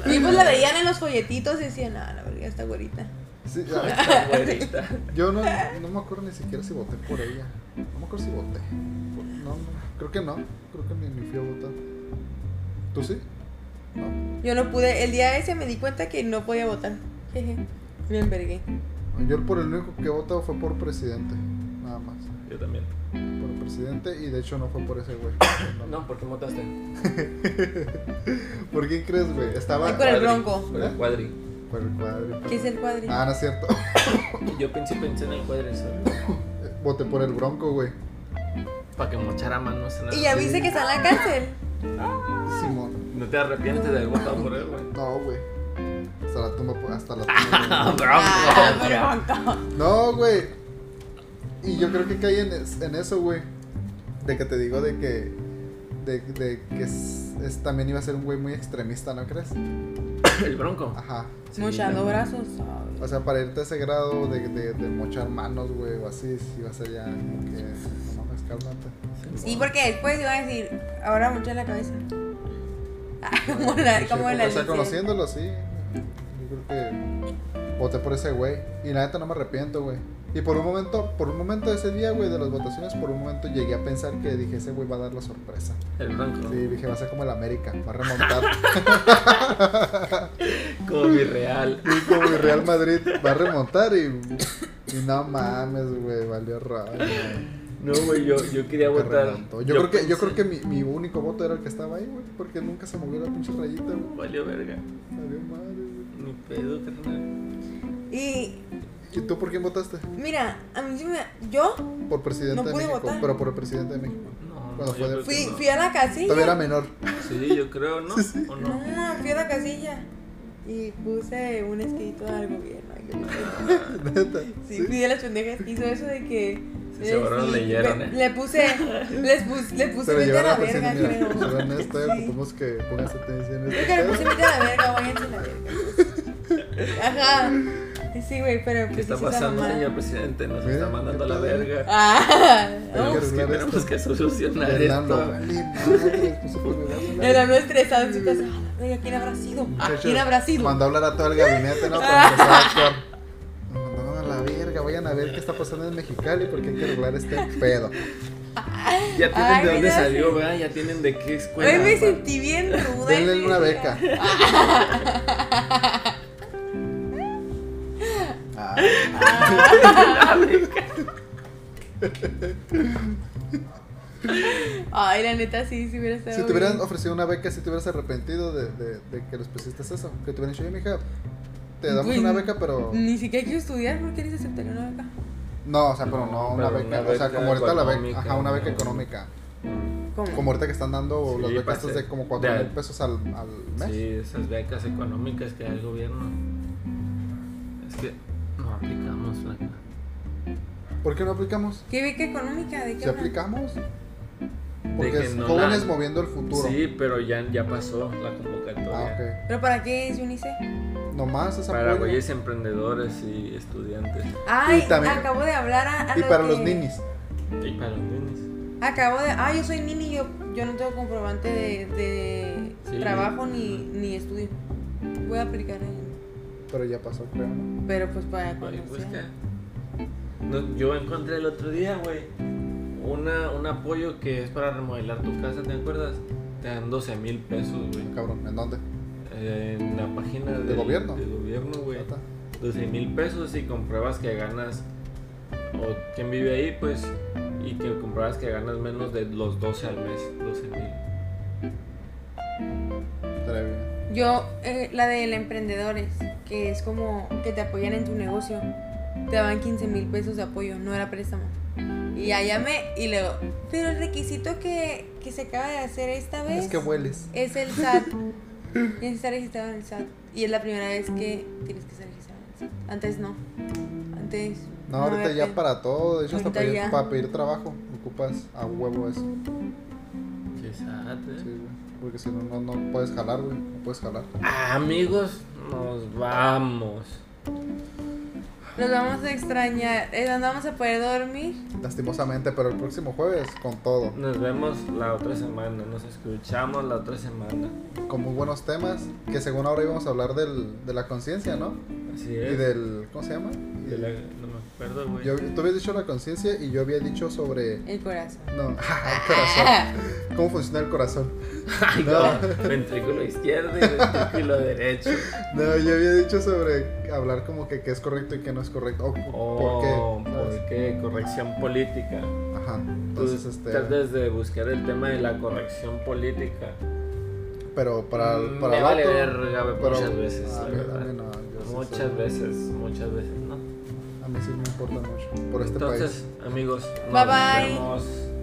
Y pues la veían en los folletitos y decían, no, la verga está güerita. Sí, a- Está güerita. yo no, no me acuerdo ni siquiera si voté por ella. No me acuerdo si voté. Por- No, no, creo que no. Creo que ni, ni fui a votar. ¿Tú sí? No. Yo no pude, el día ese me di cuenta que no podía votar. Jeje, me envergué. Yo por el único que he votado fue por presidente. Nada más. Yo también. Por presidente y de hecho no fue por ese güey. No, ¿por qué votaste? ¿Por qué crees, güey? Estaba. Ay, Por el Cuadri, bronco. Por el cuadri. Por el cuadro. ¿Qué es el cuadri? Ah, no es cierto. Yo pensé, pensé en el cuadri, ¿sabes? Voté por el bronco, güey. Para que mochara manos en el- Y ya viste que está en la cárcel. Simón. No te arrepientes de haber votado por él, güey. No, güey. Hasta la tumba. Hasta la tumba. güey. Ah, Bronco. bronco. No, güey. Y yo creo que caí en, es- en eso, güey. De que te digo de que. De, de que es, es- también iba a ser un güey muy extremista, ¿no crees? El bronco. Ajá. Mochando brazos. ay. O sea, para irte a ese grado de, de, de mochar manos, güey, o así, sí iba a ser ya como que. No mames, cálmate. Sí, porque después iba a decir, ahora mucho en la cabeza. Ah, Como la, como la o sea, Alicia. conociéndolo, sí. Yo creo que voté por ese güey. Y la neta no me arrepiento, güey. Y por un momento, por un momento ese día, güey, de las votaciones, por un momento llegué a pensar que dije, ese güey va a dar la sorpresa. El bronco. Sí, dije, va a ser como el América, va a remontar. Como mi real. y como el Real Madrid va a remontar y. y no mames, güey, valió raro. No, güey, yo, yo quería Yo, votar. creo que, yo pensé- creo que mi, mi único voto era el que estaba ahí, güey, porque nunca se movió la pinche rayita, güey. Valió verga. Valió madre, güey. Ni pedo, carnal. Y ¿Y tú por quién votaste? mira, a mí sí me, yo Por presidente No de pude México, votar. pero por el presidente de México. No, Cuando no, fue yo de- creo que fui, no. fui a la Todavía era casilla. menor. Sí, yo creo, ¿no? ¿O No, no? fui a la casilla. Y puse un escrito al gobierno. ay, qué bonito. Neta. Sí, fui de las pendejas. Hizo eso de que. Sí, seguro lo leyeron, le, eh. le puse, les pus- le puse Se lo vete a llevaron la al verga, presidente. Mira, creo. serán esto, Sí. ocupamos eh, que pongas atención. Creo que le puse vete a la verga, váyanse a la verga. Ajá. Sí, güey, pero ¿Qué pues está hice esa pasando, mamada. señor presidente? Nos Mira, está mandando a la ¿qué tal, eh? verga. Ah, Hay que no. Es que arreglar tenemos esto. que solucionar Fernando, esto. vale, madre, pues, se fue, me va a hablar. Era no estresado en su casa. Ah, oiga, ¿quién habrá sido? Ah, Muchachos, ¿Quién habrá sido? Mandó a hablar a todo el gabinete, ¿no? Para empezar a actuar. Nos mandaron a la verga, vayan a ver qué está pasando en Mexicali porque hay que arreglar este pedo. Ya tienen Ay, de dónde mira. salió, ¿verdad? Ya tienen de qué escuela. Hoy me ¿verdad? sentí bien ruda. Denle ese una día. beca. Ah. Ay, la neta, sí, si hubiera estado. Si te hubieran bien. ofrecido una beca, si te hubieras arrepentido de, de- de que les pusiste eso, que te hubieran dicho, oye, mija, te damos Pues, una beca, pero. Ni siquiera quiero estudiar, ¿por qué les aceptaría una beca? No, o sea, pero no una pero beca. una o sea, beca como ahorita la beca. económica, Ajá, una beca ¿no? económica. ¿Cómo? Como ahorita que están dando Sí, las para becas estas hacer- de como 4 mil de- pesos al, al mes. Sí, esas becas económicas que da el gobierno. Es que no aplicamos, flaca. ¿Por qué no aplicamos? ¿Qué beca económica? ¿De qué? Si hablan? aplicamos. Porque que es no jóvenes la- moviendo el futuro. Sí, pero ya, ya pasó la Ah, convocatoria. ok. ¿Pero para qué es UNICEF? Nomás esa Para güeyes emprendedores y estudiantes. Ay, Y también- acabo de hablar a, a Y lo para Ah, que- los ninis. Y para los ninis. Acabo de. Ah, yo soy nini, yo, yo no tengo comprobante de, de Sí. trabajo ni, ni estudio. Voy a aplicar el. Pero ya pasó, creo. ¿no? Pero pues para Oye, cuando pues, sea. ¿qué? No, yo encontré el otro día, güey, una, un apoyo que es para remodelar tu casa, ¿te acuerdas? Te dan 12 mil pesos, güey. Cabrón, ¿en dónde? Eh, En la página del- gobierno? De gobierno, güey. Neta. 12 mil pesos y compruebas que ganas, o quien vive ahí, pues, y que compruebas que ganas menos de los 12 al mes, 12 mil. Estaría bien. Yo, eh, la del emprendedores, que es como que te apoyan en tu negocio, te daban 15 mil pesos de apoyo, no era préstamo. Y ya llamé y luego, pero el requisito que, que se acaba de hacer esta vez Es que hueles. es el SAT. Tienes que estar registrado en el SAT. Y es la primera vez que tienes que estar registrado en el SAT. Antes no. antes. No, ahorita había ya pe- para todo, de hecho hasta eh, para Ahorita ya. pedir, para pedir trabajo ocupas a huevo eso, sí, Quizás, ¿eh? güey. Porque si no, no, no puedes jalar, güey, no puedes jalar. Amigos, nos vamos. Nos vamos a extrañar. Eh, no vamos a poder dormir. Lastimosamente, pero el próximo jueves con todo, Nos vemos la otra semana, nos escuchamos la otra semana. con muy buenos temas, que según ahora íbamos a hablar del, de la conciencia, ¿no? Así Y es. del, ¿cómo se llama? De la- no me acuerdo, güey. Yo, tú habías dicho la conciencia y yo había dicho sobre... El corazón. No, el corazón. ¿Cómo funciona el corazón? Ay, No. no, Ventrículo izquierdo y ventrículo derecho. No, yo había dicho sobre hablar como que qué es correcto y qué no es correcto. O, Oh, ¿Por qué? ¿sabes? ¿Por qué? Corrección política. Ajá. Entonces, Entonces, este... tratas Pues, de buscar el tema de la corrección política. Pero para, Mm, para me el vale vato, verga güey, pero muchas veces, a la mí- a verdad. mí no, yo sí soy- Muchas veces, muchas veces, ¿no? A mí sí me importa mucho. Por este Entonces, amigos, nos Bye, bye. vemos.